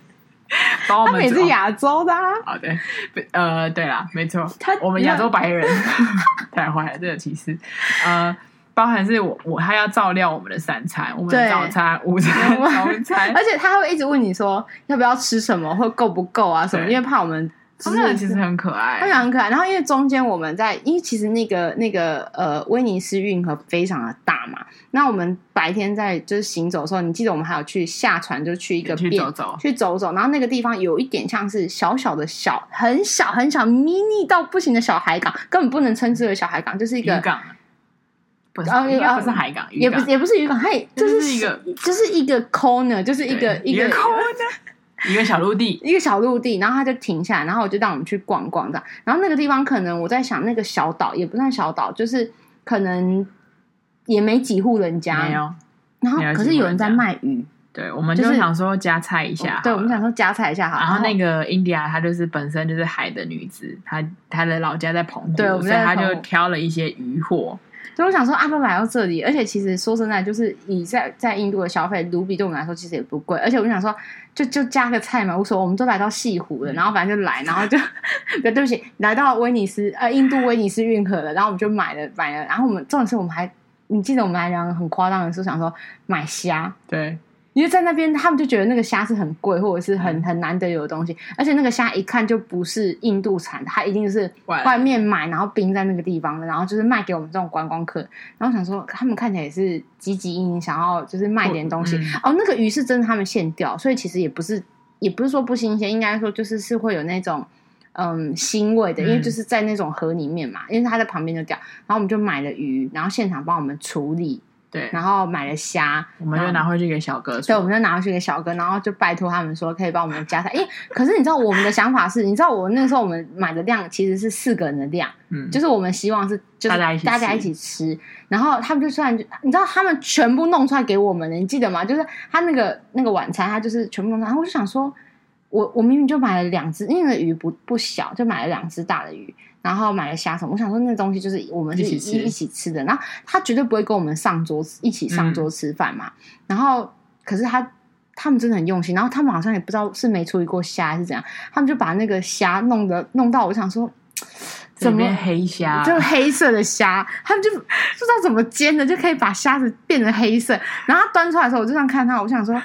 把我
他
们哦
们也
抓
是亚洲的啊，
好的，不呃，对啦，没错，
他
我们亚洲白人 [LAUGHS] 太坏了，这个歧视。呃，包含是我我他要照料我们的三餐，我们的
对
早餐、午餐、中餐
而且他会一直问你说要不要吃什么，或够不够啊什么，
对
因为怕我们
他们其实很可爱
它。们很可爱。然后因为中间我们在，因为其实那个那个呃威尼斯运河非常的大嘛，那我们白天在就是行走的时候，你记得我们还有去下船，就去一个
去
便
走走
去走走，然后那个地方有一点像是小小的小很小很小 mini 到不行的小海港，根本不能称之为小海港，就是一
渔
个
港啊，不是，
哦
应该不是
哦
海港，渔
也不
港
是也不是渔港，它也
这
就是
一个
就是一个 corner，就是一个
对
一个
空的，一个小陆地，
一个小陆地，然后他就停下来，然后我就让我们去逛逛这样。然后那个地方可能我在想，那个小岛也不算小岛，就是可能也没几户人家。
没。有。
然后
没有
可
几
是
户
有
人
人在
家
卖鱼，
对，我们
就哦
就是想说加菜一下好了，
对，我们想哦说加菜一下好。
然后那个 India 她就是本身就是海的女子，她她的老家在澎湖，
对我们
所以
在
她
澎湖
就挑了一些渔货，
所以我想说，啊，都来到这里，而且其实说真的，就是以在在印度的消费，卢比对我们来说其实也不贵，而且我就想说，就就加个菜嘛，无所谓，我们都来到西湖了，然后反正就来，然后就 [LAUGHS] 对，对不起，来到威尼斯，呃，印度威尼斯运河了，然后我们就买了买了，然后我们重点是我们还，你记得我们还讲很夸张的是想说买虾。
对，
因为在那边，他们就觉得那个虾是很贵，或者是
嗯
很很难得有的东西，而且那个虾一看就不是印度产的，它一定是
外来
外面买，然后冰在那个地方的，然后就是卖给我们这种观光客。然后想说，他们看起来也是积极应应，想要就是卖点东西。
嗯
哦，那个鱼是真的他们现钓，所以其实也不是也不是说不新鲜，应该说就是是会有那种嗯腥味的，因为
嗯
就是在那种河里面嘛，因为它在旁边就钓。然后我们就买了鱼，然后现场帮我们处理，
对，
然后买了虾，
我们就
然后
拿回去给小哥
对，我
说，
们就拿回去给小哥，然后就拜托他们说可以帮我们加菜。因为可是你知道我们的想法是，你知道我那时候我们买的量其实是四个人的量，
嗯，
就是我们希望是就
大
是
家一起吃
大家一起吃。然后他们就突然就，你知道他们全部弄出来给我们了，你记得吗？就是他那个那个晚餐，他就是全部弄出来。然后我就想说，我我明明就买了两只，因为那个鱼不不小，就买了两只大的鱼。然后买了虾什么，我想说那东西就是我们是
一起
一
吃
一起吃的，然后他绝对不会跟我们上桌吃一起上桌吃饭嘛。然后可是他他们真的很用心，然后他们好像也不知道是没处理过虾还是怎样，他们就把那个虾弄得弄到我想说，
这
怎么
边黑虾，
就黑色的虾，他们就不知道怎么煎的，就可以把虾子变成黑色。然后他端出来的时候，我就这样看他，我想说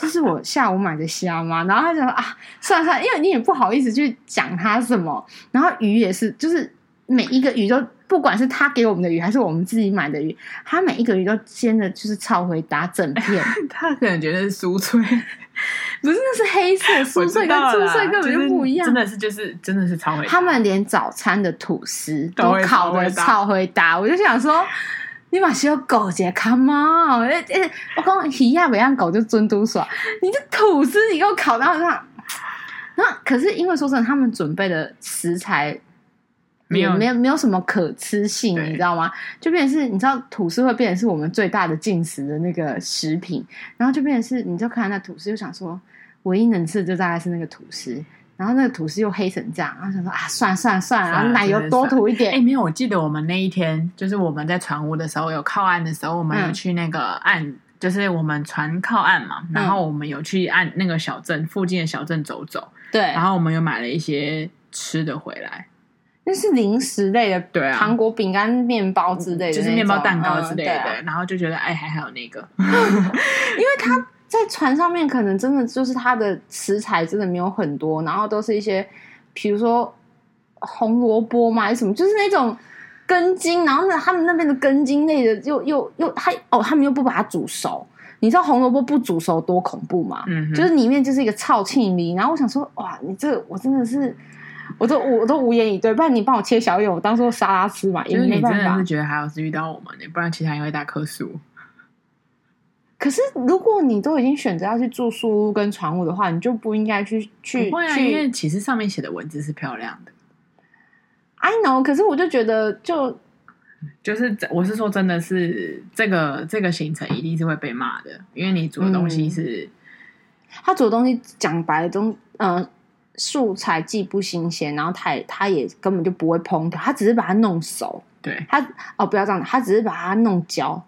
这是我下午买的虾吗？然后他就说啊，算了算了，因为你也不好意思去讲他什么。然后鱼也是，就是每一个鱼都，不管是他给我们的鱼，还是我们自己买的鱼，他每一个鱼都煎的，就是超回答
[LAUGHS]
整片，
他可能觉得是酥脆，
不是那是黑色，酥
我
脆
知
跟
道啦
酥脆根本
是
就不一样。啊
真的是就是真的是超会，
他们连早餐的吐司
都
都
会
烤的
超
超会搭，我就想说，你把是要狗节看嘛？诶诶，欸我讲鱼亚不让狗就尊都耍，你这吐司你给我烤到上，那可是因为说真的，他们准备的食材。
没有
也没有没有什么可吃性，
对
你知道吗？就变成是，你知道吐司会变成是我们最大的进食的那个食品，然后就变成是，你就看那吐司，就想说，唯一能吃的就大概是那个吐司，然后那个吐司又黑成这样，然后想说啊，算了算了算了，然
算
后
了
奶油多涂一
哎、
点，
没有，我记得我们那一天，就是我们在船屋的时候，有靠岸的时候，我们
嗯
有去那个岸，就是我们船靠岸嘛，
嗯
然后我们有去岸那个小镇附近的小镇走走，
对
然后我们又买了一些吃的回来，
那是零食类的，
对啊
糖果、饼干、面包之类的那
就
种，
是面包、蛋糕之类的，
嗯对啊
然后就觉得哎，还好有那个，
因为它在船上面可能真的就是它的食材真的没有很多，然后都是一些，比如说红萝卜嘛，还是什么，就是那种根茎，然后呢，他们那边的根茎类的又又又它哦，他们又不把它煮熟，你知道红萝卜不煮熟多恐怖吗？
嗯哼，
就是里面就是一个臭气泥，然后我想说，哇，你这个我真的是，我都我都无言以对，不然你帮我切小一点，我当做沙拉吃嘛，也
就是
没
你真
办
的
法
是。觉得还好是遇到我们的，不然其他人会大棵树。
可是如果你都已经选择要去住宿屋跟船屋的话，你就不应该去去
不会啊，因
去。
为其实上面写的文字是漂亮的，
I know，可是我就觉得就
就是这我是说真的是这个这个行程一定是会被骂的，因为你煮的东西
嗯
是。
他煮的东西讲白了东呃素材既不新鲜，然后他也他也根本就不会烹调，他只是把它弄熟。
对，
他哦不要这样，他只是把它弄焦，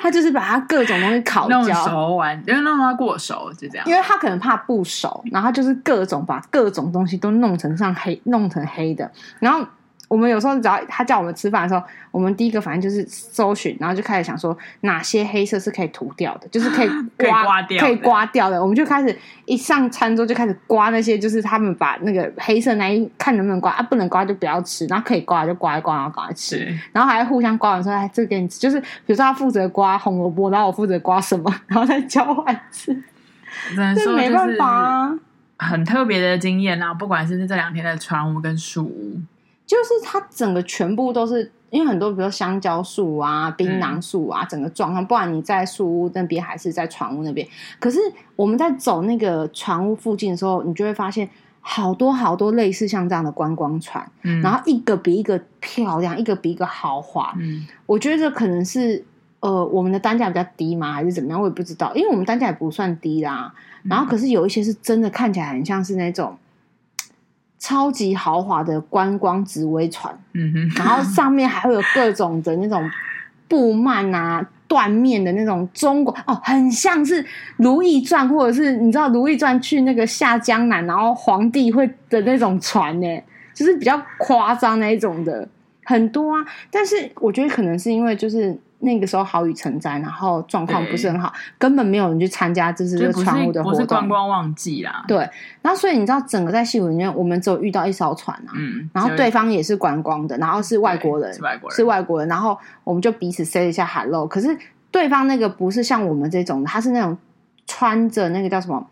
他就是把它各种东西烤
[LAUGHS] 弄
焦。
熟完，因为弄它过熟，就这样
因。为他可能怕不熟，然后他就是各种把各种东西都弄成像黑，弄成黑的。然后我们有时候只要他叫我们吃饭的时候，我们第一个反应就是搜寻，然后就开始想说哪些黑色是可以涂掉的，就是可以
[LAUGHS] 可以
刮
刮掉的
可以刮掉的。我们就开始一上餐桌就开始刮那些，就是他们把那个黑色那一看能不能刮啊，不能刮就不要吃，然后可以刮就刮一刮，然后赶快吃。
是
然后还互相刮完说，哎，这个给你吃，就是比如说他负责刮红萝卜，然后我负责刮什么， [LAUGHS] 然后再交换吃，
只能
这
说
没
就
办
是
法啊。
很特别的经验啦。不管是这两天的船屋跟树屋，
就是它整个全部都是，因为很多比如说香蕉树啊、
嗯
槟榔树啊，整个状况，不然你在树屋那边还是在船屋那边。可是我们在走那个船屋附近的时候，你就会发现好多好多类似像这样的观光船，
嗯，
然后一个比一个漂亮，一个比一个豪华。
嗯，
我觉得这可能是呃我们的单价比较低吗，还是怎么样？我也不知道，因为我们单价也不算低啦。然后可是有一些是真的看起来很像是那种嘖超级豪华的观光紫薇船，
嗯哼，
然后上面还会有各种的那种布幔啊、缎面的那种中国哦，很像是《如懿传》或者是你知道《如懿传》去那个下江南，然后皇帝会的那种船呢、就是比较夸张那一种的，很多啊。但是我觉得可能是因为就是。那个时候好雨成灾，然后状况不是很好，根本没有人去参加就是这
就
个
不
船务
是
的活
不是观
动。
光旺季啦，
对，然后所以你知道，整个在戏谷里面，我们只有遇到一艘船啊，
嗯，
然后
就
对方也是观光的，然后是外国人
对是，外国人，
是外国人，然后我们就彼此 say 一下 hello。可是对方那个不是像我们这种的，他是那种穿着那个叫什么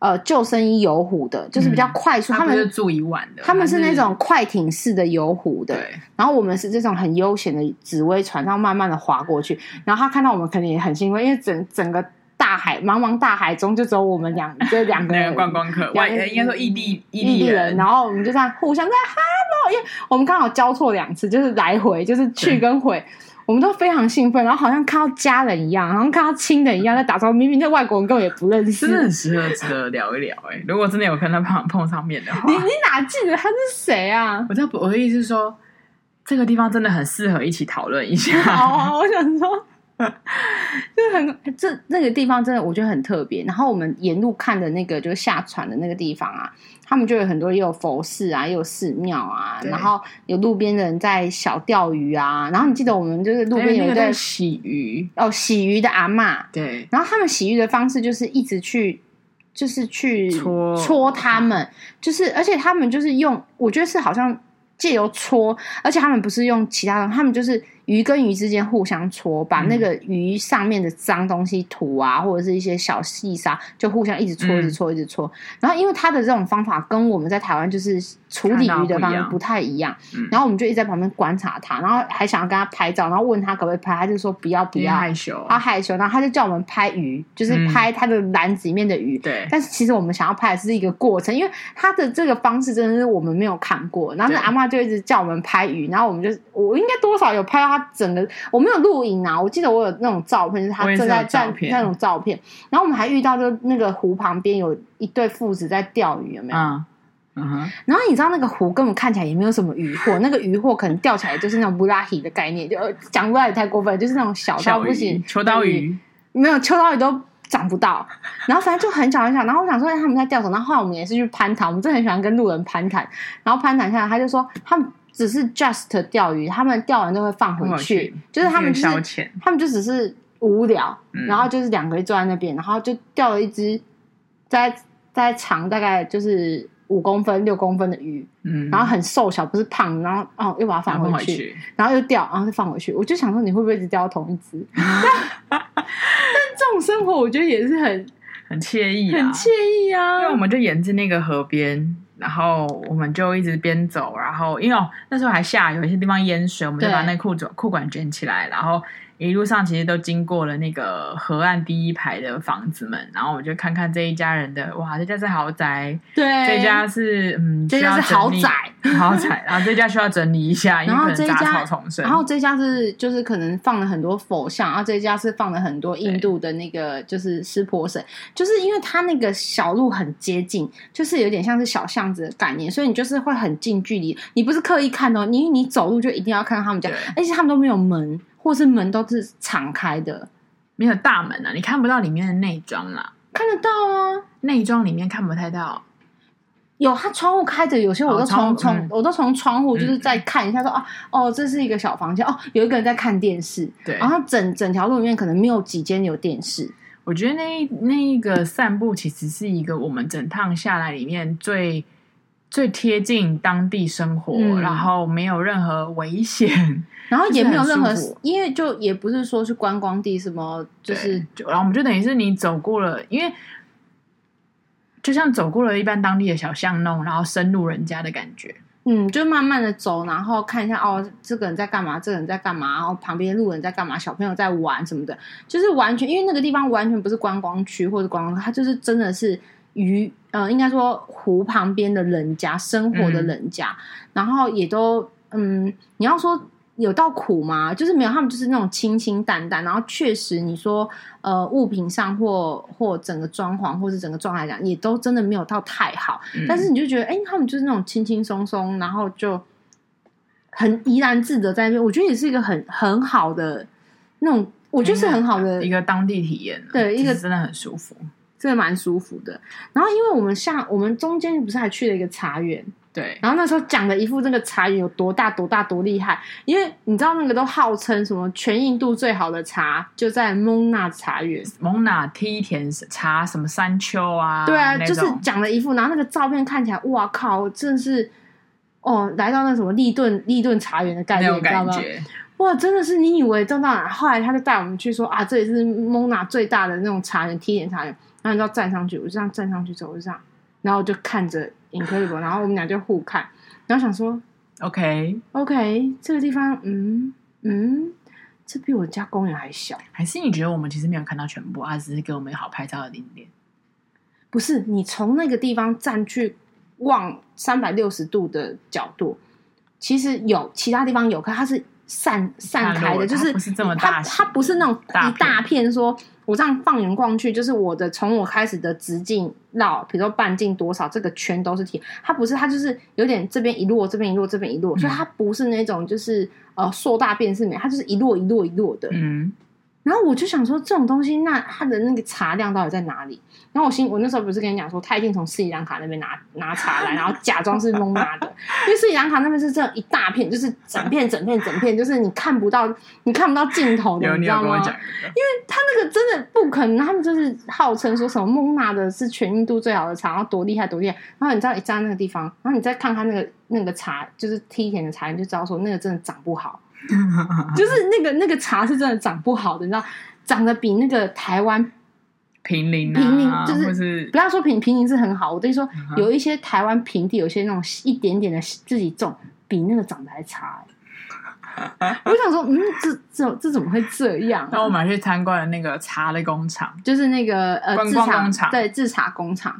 呃救生衣游湖的，就是比较快速。嗯他
不是
们
住一晚的，
他们是那种快艇式的游湖的，
对，
然后我们是这种很悠闲的紫薇船，然后慢慢的划过去。然后他看到我们，肯定也很兴奋，因为整整个大海茫茫大海中就只有我们两这两个 [LAUGHS]
那
人
个观光客，
两
外呃
个
应该说异地
嗯异地人，
人，
然后我们就这样互相在 hello，因为我们刚好交错两次，就是来回，就是去跟回，我们都非常兴奋，然后好像看到家人一样，好像看到亲人一样在打招呼，明明那外国人根本也不认识
真，的很适合值得聊一聊哎、如果真的有跟他碰碰上面的话，？
[LAUGHS] 你你哪记得他是谁啊
我在我的意思是说，这个地方真的很适合一起讨论一
[LAUGHS]
下。
哦，我想
[LAUGHS]
说。就是很这那个地方真的我觉得很特别，然后我们沿路看的那个就是下船的那个地方啊，他们就有很多也有佛寺啊，也有寺庙啊，
对
然后有路边的人在小钓鱼啊，然后你记得我们就是路
因
边
为那
有一
个
对
在洗鱼，
哦洗鱼的阿嬷，
对，
然后他们洗浴的方式就是一直去，就是去
搓嗯
搓他们，就是而且他们就是用，我觉得是好像借由搓，而且他们不是用其他的，他们就是鱼跟鱼之间互相搓，把
嗯
那个鱼上面的脏东西土啊，或者是一些小细沙，就互相一直搓，
嗯
一直搓，一直搓。然后因为他的这种方法跟我们在台湾就是处理
看到
鱼的
不一
方式
样
不太一样，
嗯
然后我们就一直在旁边观察他，然后还想要跟他拍照，然后问他可不可以拍，他就说不要不
因为
要，
害羞
他害羞，然后他就叫我们拍鱼，就是
嗯
拍他的篮子里面的鱼。
对，
但是其实我们想要拍的是一个过程，因为他的这个方式真的是我们没有看过。然后那
对
阿嬷就一直叫我们拍鱼，然后我们就我应该多少有拍到他整个，我没有录影啊，我记得我有那种照片，就是他
我也是
正在
有照
站
片
那种照片。然后我们还遇到就那个湖旁边有一对父子在钓鱼，有没有？
嗯嗯哼，
然后你知道那个湖根本看起来也没有什么鱼货，那个鱼货可能钓起来就是那种布拉希的概念，就呃讲出来也太过分，就是那种小到
小
不行
鱼，，秋刀
鱼
鱼，
没有秋刀鱼都长不到，然后反正就很小很小。然后我想说，哎，他们在钓什么？然后后来我们也是去攀谈，我们真的很喜欢跟路人攀谈。然后攀谈下来，他就说他们只是 just 钓鱼，他们钓完都会放回
放回
去
去，
就是他们就
消
是
遣，
他们就只是无聊，
嗯
然后就是两个人坐在那边，然后就钓了一只在在长大概就是五公分六公分的鱼，
嗯，
然后很瘦小，不是胖，然后哦又把它
然
放
后
回
回
去，
去，
然后又掉，然后再放回去。我就想说，你会不会一直掉到同一只？ [LAUGHS] 但这种生活，我觉得也是很
很惬意啊，
很惬意啊。
因为我们就沿着那个河边，然后我们就一直边走，然后因为、哦、那时候还下雨，有一些地方淹水，我们就
对
把那裤子裤管卷起来，然后一路上其实都经过了那个河岸第一排的房子们，然后我们就看看这一家人的，哇，这家是豪宅，
对
这家是嗯，
这家
需要
是豪
整理
宅，
豪宅，然后这家需要整理一下，因为
然后
可能
这一
杂
家哦
草丛生，
然后这家是就是可能放了很多佛像，然后这家是放了很多印度的那个就是湿婆神，就是因为它那个小路很接近，就是有点像是小巷子的概念，所以你就是会很近距离，你不是刻意看哦，你因为你走路就一定要看到他们家
对，
而且他们都没有门，或是门都是敞开的，
没有大门啊，你看不到里面的内装啦，
看得到啊。
内装里面看不太到。
有，它窗户开着，有些我都
哦窗
从
户
从、
嗯
我都从窗户就是
嗯
在看一下说，啊哦，这是一个小房间，哦，有一个人在看电视，
对，
然后整整条路里面可能没有几间有电视，
我觉得那一那一个散步其实是一个我们整趟下来里面最最贴近当地生活，
嗯
然后没有任何危
[LAUGHS]
险，
然后也没有任
就是
何
很舒服，
因为就也不是说是观光地什么，就是
就然后我们就等于是你走过了，因为就像走过了一般当地的小巷弄，然后深入人家的感觉。
嗯，就慢慢的走，然后看一下哦，这个人在干嘛，这个人在干嘛，然后旁边路人在干嘛，小朋友在玩什么的，就是完全因为那个地方完全不是观光区或者观光，它就是真的是渔呃，应该说湖旁边的人家生活的人家，然后也都嗯，你要说有到苦吗？就是没有，他们就是那种清清淡淡，然后确实你说呃物品上或或整个装潢或是整个状态来讲，也都真的没有到太好。
嗯
但是你就觉得，哎、他们就是那种轻轻松松，然后就很怡然自得在那边。我觉得也是一个很很好的那种，我觉得是很好的
嗯一，个当地体验啊，
对一个
其实真的很舒服。
真的蛮舒服的。然后因为我们下我们中间不是还去了一个茶园，
对，
然后那时候讲的一副那个茶园有多大多大多厉害，因为你知道那个都号称什么全印度最好的茶就在蒙纳茶园。
蒙娜梯田茶什么山丘啊，
对啊，
那
就是
种
讲了一副，然后那个照片看起来，哇靠，真的是哦，来到那什么利顿利顿茶园的概
那
念，
种
你知道
感
吗？
觉。
哇，真的是你以为到那，后来他就带我们去说啊，这里是蒙娜最大的那种茶园，梯田茶园。然后你知道站上去，我就这样站上去之后，我就这样，然后就看着 Incredible，然后我们俩就互看，然后想说
OK，
，OK，这个地方，嗯嗯，这比我家公园还小。
还是你觉得我们其实没有看到全部，它只是给我们好拍照的景点？
不是你从那个地方站去望三百六十度的角度，其实有其他地方有，可它是散散开
落的
的，就
它
是
不是这么
它
大型
它不是那种
大
一大片说。我这样放眼望去，就是我的从我开始的直径绕，比如说半径多少，这个圈都是体。它不是，它就是有点这边一摞，这边一摞，这边一摞，所以
嗯
它不是那种就是呃硕大变式美，它就是一摞一摞一摞的。
嗯，
然后我就想说，这种东西，那它的那个茶量到底在哪里？然后我心，我那时候不是跟你讲说，他一定从斯里兰卡那边拿拿茶来，然后假装是蒙拿的，因为斯里兰卡那边是这样一大片，就是整片整片整片，就是你看不到，你看不到尽头的，
有
你
你
知
有
道
跟我
吗？
讲一个，
他那个真的不可能，他们就是号称说什么蒙娜的是全印度最好的茶，然后多厉害多厉害。然后你知道一站那个地方，然后你再看看那个那个茶，就是梯田的茶，你就知道说那个真的长不好，就是那个那个茶是真的长不好的，你知道，长得比那个台湾
[LAUGHS] 平林
平林
啊，
就是
或是
不要说平平林是很好，我跟你说
嗯哼
有一些台湾平地，有一些那种一点点的自己种，比那个长得还差、
[LAUGHS]
欸。我想说，嗯，这这这怎么会这样、
那我
啊？
们还去参观了那个茶的工厂，
就是那个呃
观
制
光
茶
工厂
对制茶工厂，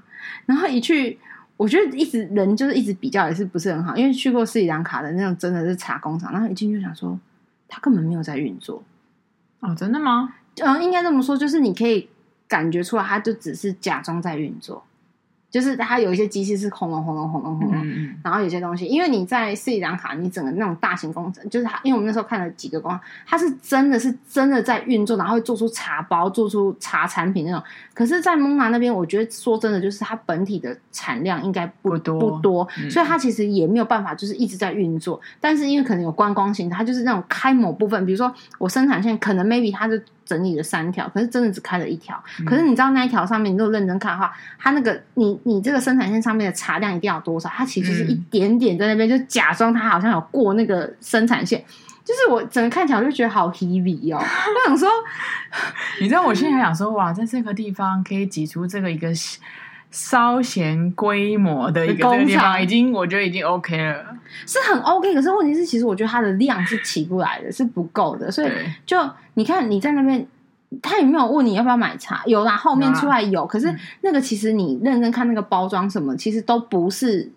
然后一去，我觉得一直人就是一直比较也是不是很好，因为去过斯里兰卡的那种真的是茶工厂，然后一进去就想说，他根本没有在运作，
哦，真的吗？
嗯，应该这么说，就是你可以感觉出来，它就只是假装在运作，就是它有一些机器是轰隆轰隆轰隆轰隆，
嗯，
然后有些东西，因为你在斯里兰卡，你整个那种大型工程，就是它，因为我们那时候看了几个工厂，它是真的是真的在运作，然后会做出茶包、做出茶产品那种。可是，在蒙拿那边，我觉得说真的，就是它本体的产量应该不
不多
不多，
嗯
所以它其实也没有办法就是一直在运作。但是因为可能有观光型，它就是那种开某部分，比如说我生产线可能 maybe 它就整理了三条，可是真的只开了一条。
嗯
可是你知道那一条上面，你如果认真看的话，它那个你你这个生产线上面的茶量一定要多少？它其实是一
嗯
点点在那边，就假装它好像有过那个生产线。就是我整个看起来我就觉得好 heavy 哦，我想说，
你知道我现在还想说，哇，在这个地方可以挤出这个一个稍显规模的一个
工
这个地
厂
方，已经我觉得已经 OK 了，
是很 OK，可是问题是，其实我觉得它的量是起不来的，是不够的，所以
对，
就你看你在那边，他有没有问你要不要买茶？有啦，后面出来有，可是
嗯
那个其实你认真看那个包装什么，其实都不是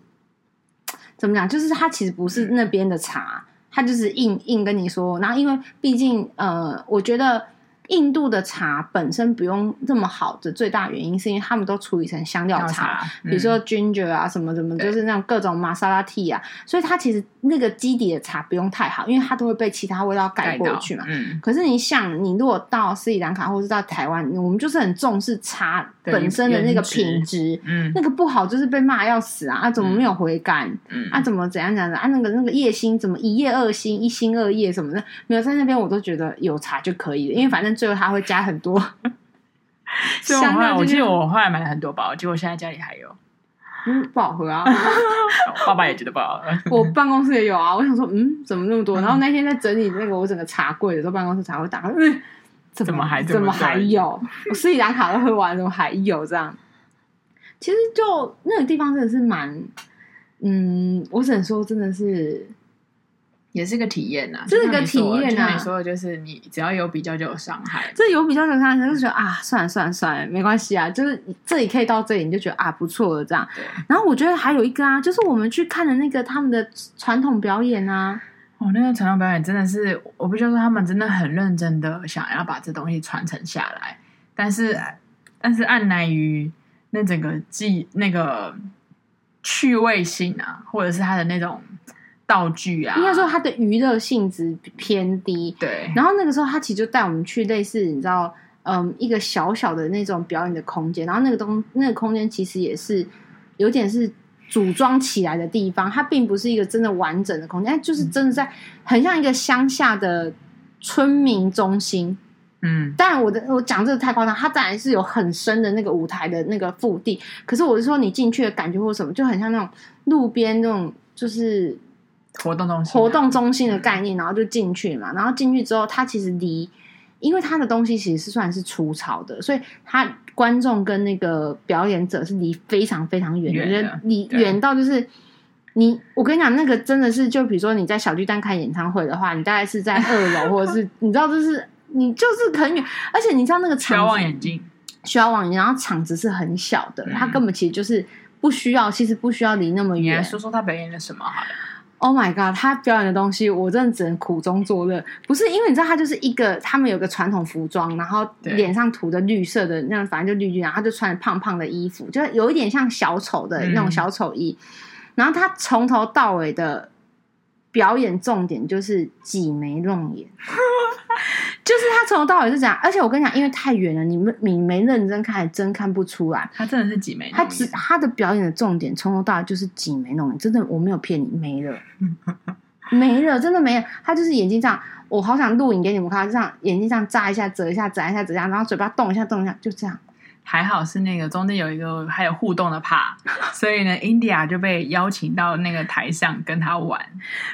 怎么讲，就是它其实不是那边的茶，它就是硬硬跟你说。然后因为毕竟呃，我觉得印度的茶本身不用这么好的最大原因，是因为他们都处理成香料
调
茶，
查，
比如
嗯
说 ginger 啊，什么什么，
对
就是那种各种玛莎拉蒂啊，所以它其实那个基底的茶不用太好，因为它都会被其他味道盖
盖
过
到
去嘛。
嗯，
可是你想，你如果到斯里兰卡或是到台湾，我们就是很重视茶
对
本身的那个
原汁
品质，
嗯
那个不好就是被骂要死啊！啊，怎么没有回甘？
嗯
啊，怎么怎样怎样的啊？那个那个夜星怎么一夜二星、一星二夜什么的，没有在那边我都觉得有茶就可以了，因为反正最后它会加很多
所以我
香
后来
料
我
进
记
去，
得我后来买了很多包，结果现在家里还有，
嗯， [LAUGHS] 不好喝啊。
我爸爸也觉得不好喝。
[LAUGHS] 我办公室也有啊，我想说，嗯，怎么那么多？然后那天在整理那个我整个茶柜的时候，办公室茶柜打开，嗯，怎
怎么还这么
怎么还
多
有？我斯里兰卡都喝完，怎么还有这样？其实就那个地方真的是蛮，嗯，我只能说真的是
也是个体验呐、啊，
这是个体验啊
就像你说的就是你只要有比较就有伤害，
这有比较有看，就觉得啊，算了算了算了，没关系啊，就是这里可以到这里，你就觉得啊不错了这样。
对，
然后我觉得还有一个啊，就是我们去看的那个他们的传统表演啊，
哦，那个传统表演真的是，我必须说他们真的很认真的想要把这东西传承下来，但是但是按来于那整个技那个趣味性啊，或者是他的那种道具啊，
应该说它的娱乐性质偏低。
对，
然后那个时候他其实就带我们去类似你知道，嗯，一个小小的那种表演的空间，然后那个东那个空间其实也是有点是组装起来的地方，它并不是一个真的完整的空间，它就是真的在很像一个乡下的村民中心。
嗯，
当然，我的我讲这个太夸张，它当然是有很深的那个舞台的那个腹地，可是我是说你进去的感觉或什么，就很像那种路边那种就是
活动中心、啊
活动，中心的概念，然后就进去嘛。然后进去之后，它其实离，因为它的东西其实是算是除草的，所以它观众跟那个表演者是离非常非常远的，
远
就
的
是离
对
远到就是。你，我跟你讲，那个真的是，就比如说你在小巨蛋看演唱会的话，你大概是在二楼，或者
[LAUGHS]
是你知道，就是你就是很远，而且你知道那个
需要
场
望
子
远镜，
需要望远，然后场子是很小的，
嗯
它根本其实就是不需要，其实不需要离那么
你
远
来。说说他表演了什么好了？
Oh my god！他表演的东西，我真的只能苦中作乐。不是因为你知道，他就是一个他们有个传统服装，然后
对
脸上涂的绿色的，那样反正就绿绿，然后他就穿胖胖的衣服，就是有一点像小丑的
嗯
那种小丑衣。然后他从头到尾的表演重点就是挤眉
[LAUGHS]
弄眼，就是他从头到尾是这样。而且我跟你讲，因为太远了，你们你没认真看，还真看不出来。
他真的是挤眉弄眼，
他只他的表演的重点从头到尾就是挤眉弄眼，真的我没有骗你，没了，没了，真的没了。他就是眼睛这样，我好想录影给你们看，他这样眼睛这样眨一下，折一下，眨一下，折一下，然后嘴巴动一下，动一下，就这样。
还好是那个中间有一个还有互动的 part，所
[LAUGHS]
以呢，India 就被邀请到那个台上跟他玩。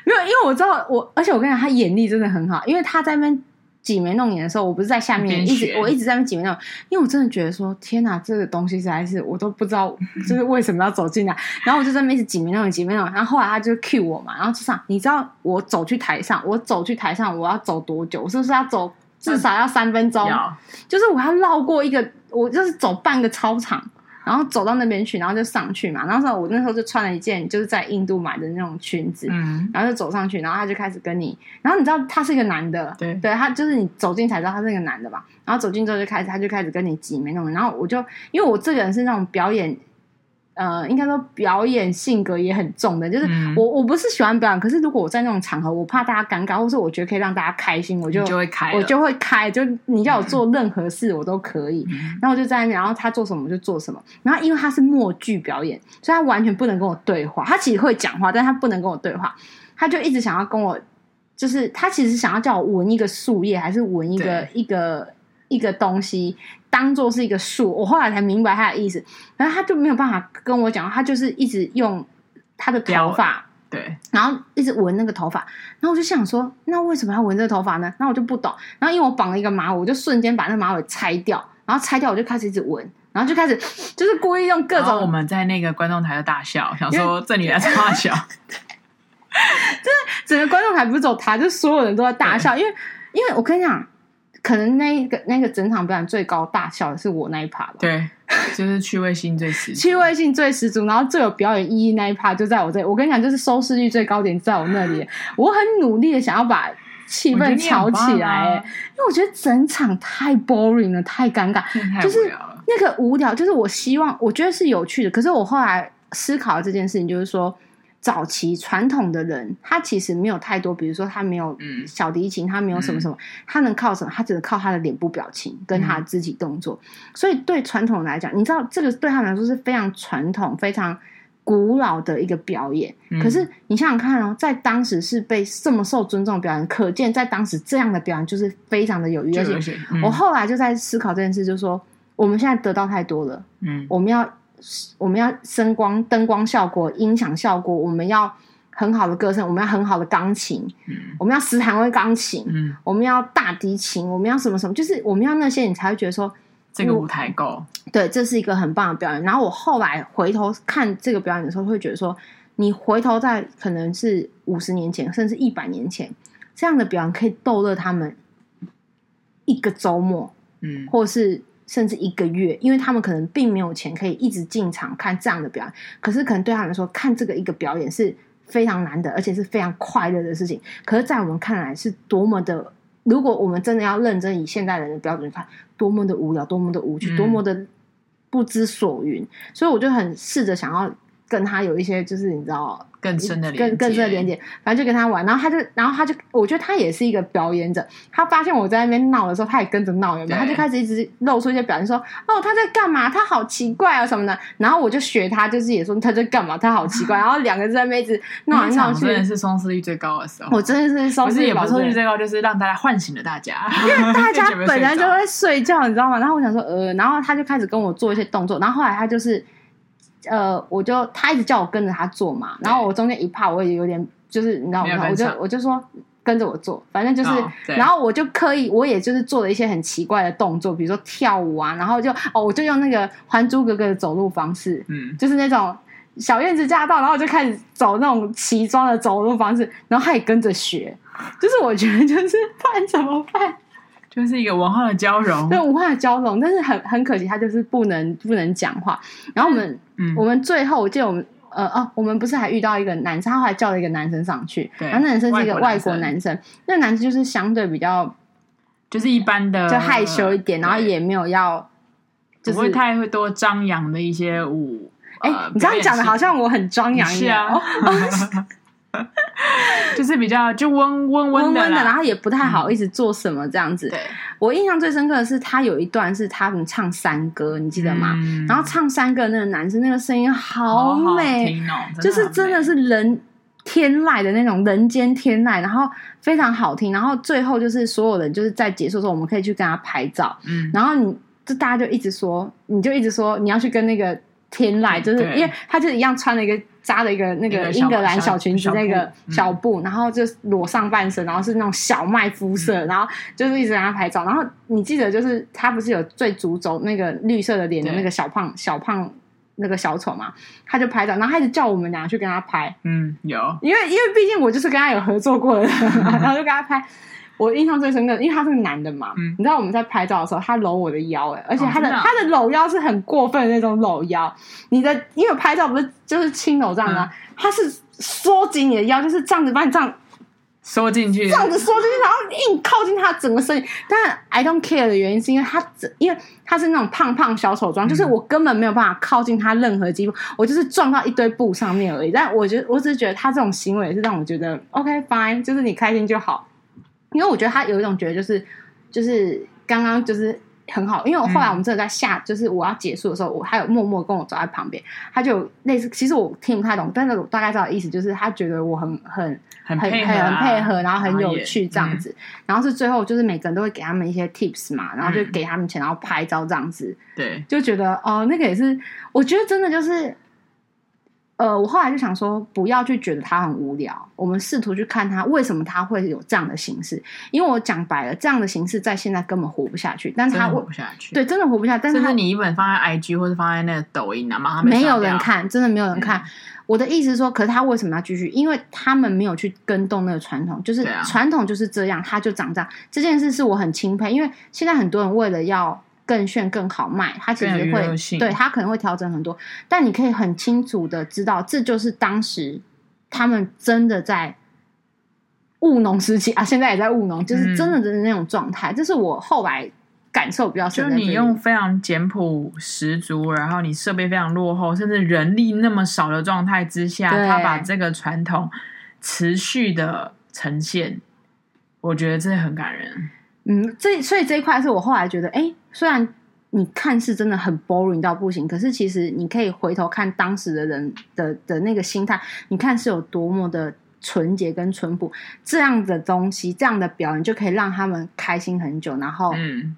没有，因为我知道我，而且我跟你讲，他眼力真的很好，因为他在那边挤眉弄眼的时候，我不是在下面
边
一直
学
我一直在那边挤眉弄眼，因为我真的觉得说，天哪，这个东西实在是我都不知道，就是为什么要走进来，然后我就在那边一直挤眉弄眼，挤眉弄眼，然后后来他就 cue 我嘛，然后就上，你知道我走去台上，我走去台上，我要走多久？我是不是要走至少要三分钟？
要
就是我要绕过一个，我就是走半个操场，然后走到那边去，然后就上去嘛。然后我那时候就穿了一件就是在印度买的那种裙子，
嗯，
然后就走上去，然后他就开始跟你，然后你知道他是一个男的，
对
对他就是你走近才知道他是一个男的嘛，然后走近之后就开始他就开始跟你挤眉弄眼，然后我就因为我这个人是那种表演，呃，应该说表演性格也很重的，就是
嗯
我我不是喜欢表演，可是如果我在那种场合，我怕大家尴尬，或是我觉得可以让大家开心，我就
你就会开了，
我就会开，就你要我做任何事我都可以，
嗯
然后我就在那边，然后他做什么我就做什么。然后因为他是默剧表演，所以他完全不能跟我对话。他其实会讲话，但他不能跟我对话。他就一直想要跟我，就是他其实想要叫我闻一个树叶，还是闻一个
对
一个一个东西，当做是一个树。我后来才明白他的意思，然后他就没有办法跟我讲，他就是一直用他的头
标
发。
对，
然后一直闻那个头发，然后我就想说，那为什么要闻这个头发呢？那我就不懂。然后因为我绑了一个马尾，我就瞬间把那个马尾拆掉，然后拆掉我就开始一直闻，然后就开始就是故意用各
然后啊我
种，
们在那个观众台就大笑，想说这女的在大
[LAUGHS]
笑，
整个观众台不是只有他，就所有人都在大笑，因为因为我跟你讲，可能那一个那个整场表演最高大笑的是我那一趴吧。
对，就是趣味性最十足。
趣味性最十足，然后最有表演意义那一趴就在我这里。我跟你讲，就是收视率最高点在我那里。我很努力的想要把气氛吵起来、欸，因为我觉得整场太 boring 了，太尴尬，
太
就
无
是
聊了。
那个无聊，就是我希望我觉得是有趣的，可是我后来思考这件事情，就是说。早期传统的人，他其实没有太多，比如说他没有
嗯
小提琴，他没有什么什么，他能靠什么？他只能靠他的脸部表情跟
嗯
他的肢体动作。所以对传统人来讲，你知道这个对他们来说是非常传统、非常古老的一个表演。
嗯
可是你想想看哦，在当时是被这么受尊重的表演，可见在当时这样的表演就是非常的有意义。
就
而
有
且
些，嗯
我后来就在思考这件事，就是说我们现在得到太多了，
嗯
我们要我们要声光、灯光效果、音响效果，我们要很好的歌声，我们要很好的钢琴，
嗯
我们要斯坦威钢琴，
嗯，
我们要大提琴，我们要什么什么，就是我们要那些，你才会觉得说，
这个舞台够，
对，这是一个很棒的表演。然后我后来回头看这个表演的时候，会觉得说，你回头在可能是五十年前，甚至一百年前，这样的表演可以逗乐他们一个周末，
嗯
或是甚至一个月，因为他们可能并没有钱可以一直进场看这样的表演，可是可能对他们来说，看这个一个表演是非常难的，而且是非常快乐的事情。可是，在我们看来，是多么的，如果我们真的要认真以现代人的标准看，多么的无聊，多么的无趣，
嗯
多么的不知所云。所以，我就很试着想要跟他有一些，就是你知道，
更深的连
更更深的连
接，
接，反正就跟他玩，然后他就，然后他就，我觉得他也是一个表演者，他发现我在那边闹的时候，他也跟着闹，有没
对
有？他就开始一直露出一些表情，说：“哦，他在干嘛？他好奇怪啊什么的。”然后我就学他，就是也说他在干嘛，他好奇
[LAUGHS]
怪。然后两个在那边一直闹
那
来闹
场
去
真，的是收视率最高的时候，
我真的是收
不是
视
也不
老
是收视率
师。
最高，就是让大家唤醒了大家， [LAUGHS]
大家
有没有
本来
睡
就
着
会睡觉，你知道吗？然后我想说，呃，然后他就开始跟我做一些动作，然后后来他就是，呃，我就他一直叫我跟着他做嘛，然后我中间一怕我也有点就是你知道
没有
吗？
跟
我就
上
我就说跟着我做，反正就是，
哦对
然后我就刻意我也就是做了一些很奇怪的动作，比如说跳舞啊，然后就哦，我就用那个《还珠格格》的走路方式，
嗯，
就是那种。小燕子驾到，然后就开始走那种奇装的走路方式，然后他也跟着学，就是我觉得就是 [LAUGHS] 办怎么办？
就是一个文化的交融，
对，无话交融，但是很很可惜，他就是不能不能讲话。然后我们、
嗯
我们最后，我记得我们呃哦，我们不是还遇到一个男生，他后来叫了一个男生上去，
对
然后那男生是一个
外
外
国
国
男
男生，那男生就是相对比较
就是一般的
就害羞一点，然后
对
也没有要就
呃不会
是。
太会多张扬的一些舞。
哎、
呃
你这样讲的好像我很张扬一
是
样，
啊
哦，
[LAUGHS] 就是比较就温温
温温
的
的，然
啦。
后也不太好意思做什么这样子。
对，
我印象最深刻的是，他有一段是他们唱山歌，你记得吗？
嗯
然后唱山歌的那个男生，那个声音好
好好
美，
听哦，
就是真的
很美
是人天籁的那种人间天籁，然后非常好听，然后最后就是所有人就是在结束的时候，我们可以去跟他拍照，
嗯，
然后你就大家就一直说，你就一直说你要去跟那个天籁，就是
对
因为他就是一样穿了一个扎了一个那
一
个
个小
英格兰
小
小裙子
小
那个
布嗯
小布，然后就裸上半身，然后是那种小麦肤
嗯
色，然后就是一直跟他拍照，然后你记得就是他不是有最主轴那个绿色的脸的
对
那个小胖小胖。那个小丑嘛，他就拍照，然后他一直叫我们俩去跟他拍，
嗯有
因为因为毕竟我就是跟他有合
[LAUGHS]
作过的，然后就跟他拍。我印象最深刻，因为他是个男的嘛，
嗯
你知道我们在拍照的时候，他搂我的腰、欸，哎，而且
哦
他的、
真的啊
他的搂腰是很过分的那种搂腰。你的因为拍照不是就是轻搂这样吗？
嗯
他是缩紧你的腰，就是这样子把你这样
收进去
这，样子缩进去，然后硬靠近他整个身体。但 I don't care 的原因是因为他整，因为他是那种胖胖小丑
嗯
装，就是我根本没有办法靠近他任何肌肤，我就是撞到一堆布上面而已。但我觉得，我只是觉得他这种行为是让我觉得 OK fine，就是你开心就好。因为我觉得他有一种觉得就是就是刚刚就是很好，因为我后来
嗯
我们真的在下，就是我要结束的时候，我还有默默跟我走在旁边，他就有类似，其实我听不太懂，但是我大概知道意思，就是他觉得我很很
很
很
配合
很
啊
配合，然后很有
也
趣这样
嗯
子。然后是最后就是每个人都会给他们一些 tips 嘛，然后就
嗯
给他们钱，然后拍照这样子，
对，
就觉得哦，那个也是，我觉得真的就是。呃，我后来就想说，不要去觉得他很无聊，我们试图去看他为什么他会有这样的形式。因为我讲白了，这样的形式在现在根本活不下去，但
真的
他
活
我
不下去。，
对真的活不下去，但是
甚
他
至你一本放在 IG 或者放在那个抖音啊，马上被
没
刷
有人
掉，嗯
看，真的没有人看。我的意思是说，可是他为什么要继续？因为他们没有去跟动那个传统，就是
对啊
传统就是这样，他就长这样。这件事是我很钦佩，因为现在很多人为了要更炫、更好卖，他其实
更有娱乐
会
性
对他可能会调整很多，但你可以很清楚的知道，这就是当时他们真的在务农时期啊，现在也在务农，就是
嗯
真的真的那种状态，这是我后来感受比较深
就
的这个。
你用非常简朴十足，然后你设备非常落后，甚至人力那么少的状态之下，
对
他把这个传统持续的呈现，我觉得这很感人。
嗯，这所以这一块是我后来觉得，哎，虽然你看似真的很 boring 到不行，可是其实你可以回头看当时的人的的那个心态，你看是有多么的纯洁跟淳朴，这样的东西，这样的表演就可以让他们开心很久，然后
嗯，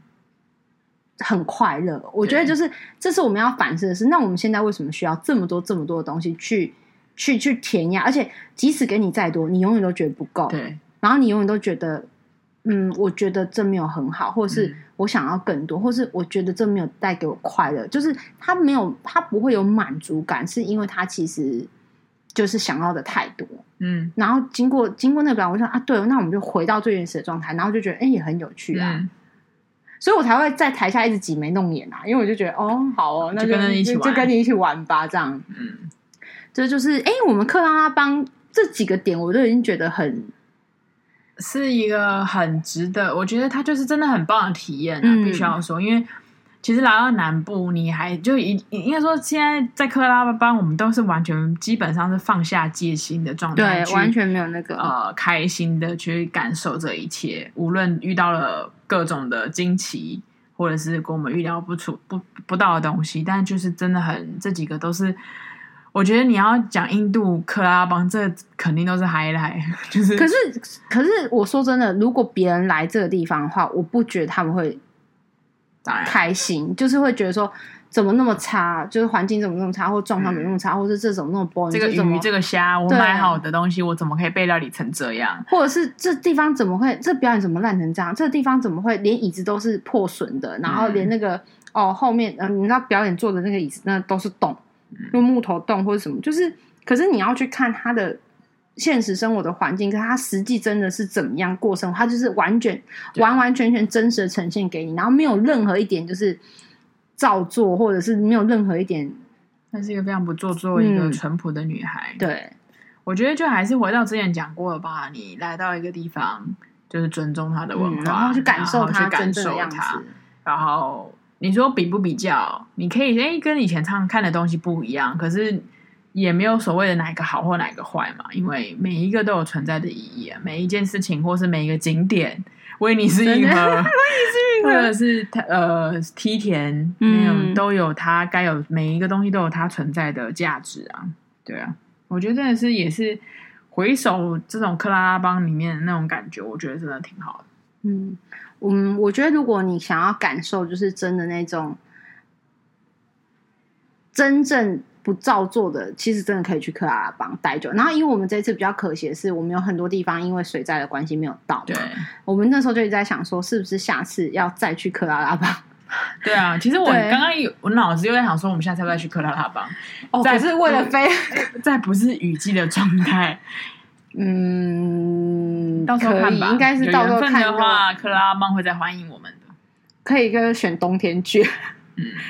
很快乐。我觉得就是这是我们要反思的是，那我们现在为什么需要这么多这么多的东西去去去填呀？而且即使给你再多，你永远都觉得不够。
对，
然后你永远都觉得，嗯，我觉得这没有很好，或是
嗯
我想要更多，或是我觉得这没有带给我快乐，就是他没有，他不会有满足感，是因为他其实就是想要的太多。
嗯，
然后经过经过那个表演，我就说啊，对，那我们就回到最原始的状态，然后就觉得哎、也很有趣啊，
嗯，
所以我才会在台下一直挤眉弄眼啊，因为我就觉得哦，好哦，那
就跟着你一起玩
就跟你一起玩吧，这样，
嗯，
这就是哎、我们克拉拉邦这几个点，我都已经觉得很
是一个很值得，我觉得它就是真的很棒的体验啊，
嗯
必须要说，因为。其实来到南部，你还就一应该说，现在在克拉拉邦，我们都是完全基本上是放下戒心的状态，
对，完全没有那个
呃开心的去感受这一切，无论遇到了各种的惊奇，或者是跟我们预料不出不不到的东西，但就是真的很这几个都是，我觉得你要讲印度克拉拉邦，这肯定都是 highlight，就是 [LAUGHS]
可是，可是我说真的，如果别人来这个地方的话，我不觉得他们会
当然
开心，就是会觉得说怎么那么差，就是环境怎么那么差，或状况怎么那么差，或是这种那么 boring，
这个
是怎么
鱼这个虾，我
对
买好的东西，我怎么可以被料理成这样？
或者是这地方怎么会这表演怎么烂成这样？这地方怎么会连椅子都是破损的，然后
嗯
连那个、哦后面呃，你知道表演坐的那个椅子那都是洞，
嗯
用木头洞或者什么，就是可是你要去看他的现实生活的环境，跟他实际真的是怎么样过生活，他就是完全
对
完完全全真实的呈现给你，然后没有任何一点就是造作，或者是没有任何一点
她是一个非常不做作、一个
嗯
淳朴的女孩，
对
我觉得就还是回到之前讲过的吧，你来到一个地方，就是尊重它的文化，
嗯，然后去感受
然
他
后去
真
感
正的
受
样子，
它。然后你说比不比较，你可以哎跟以前常看的东西不一样，可是也没有所谓的哪个好或哪个坏嘛，因为每一个都有存在的意义、啊，每一件事情或是每一个景点，威尼斯
真
运
的
河，
河
或者是呃梯田，
嗯
那种都有它该有每一个东西都有它存在的价值啊，对啊，我觉得真的是也是回首这种克拉拉邦里面的那种感觉，我觉得真的挺好的。
嗯，嗯，我觉得如果你想要感受，就是真的那种真正不照做的，其实真的可以去克拉拉邦待久。然后，因为我们这次比较可惜的是，我们有很多地方因为水灾的关系没有到。
对，
我们那时候就一直在想说，是不是下次要再去克拉拉邦？
对啊，其实我
对
刚刚有我脑子又在想说，我们下次要不要去克拉拉邦？
哦
再
可是为了飞，
[LAUGHS] 在不是雨季的状态，[LAUGHS]
嗯，
到时候
可
看
以，
吧。
应该是
有
到时候
缘分
看
的
到
话，克拉拉邦会再欢迎我们的。
可以跟选冬天去，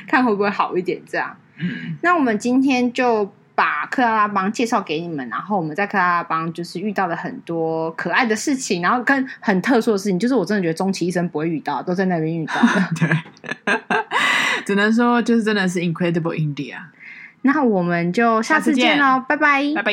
看会不会好一点这样。
嗯，
那我们今天就把克拉拉邦介绍给你们，然后我们在克拉拉邦就是遇到了很多可爱的事情，然后跟很特殊的事情，就是我真的觉得终其一生不会遇到，都在那边遇到 [LAUGHS] 的。
[LAUGHS] 对，只能说就是真的是 incredible India。
那我们就下次见
下
喽，拜拜
拜拜。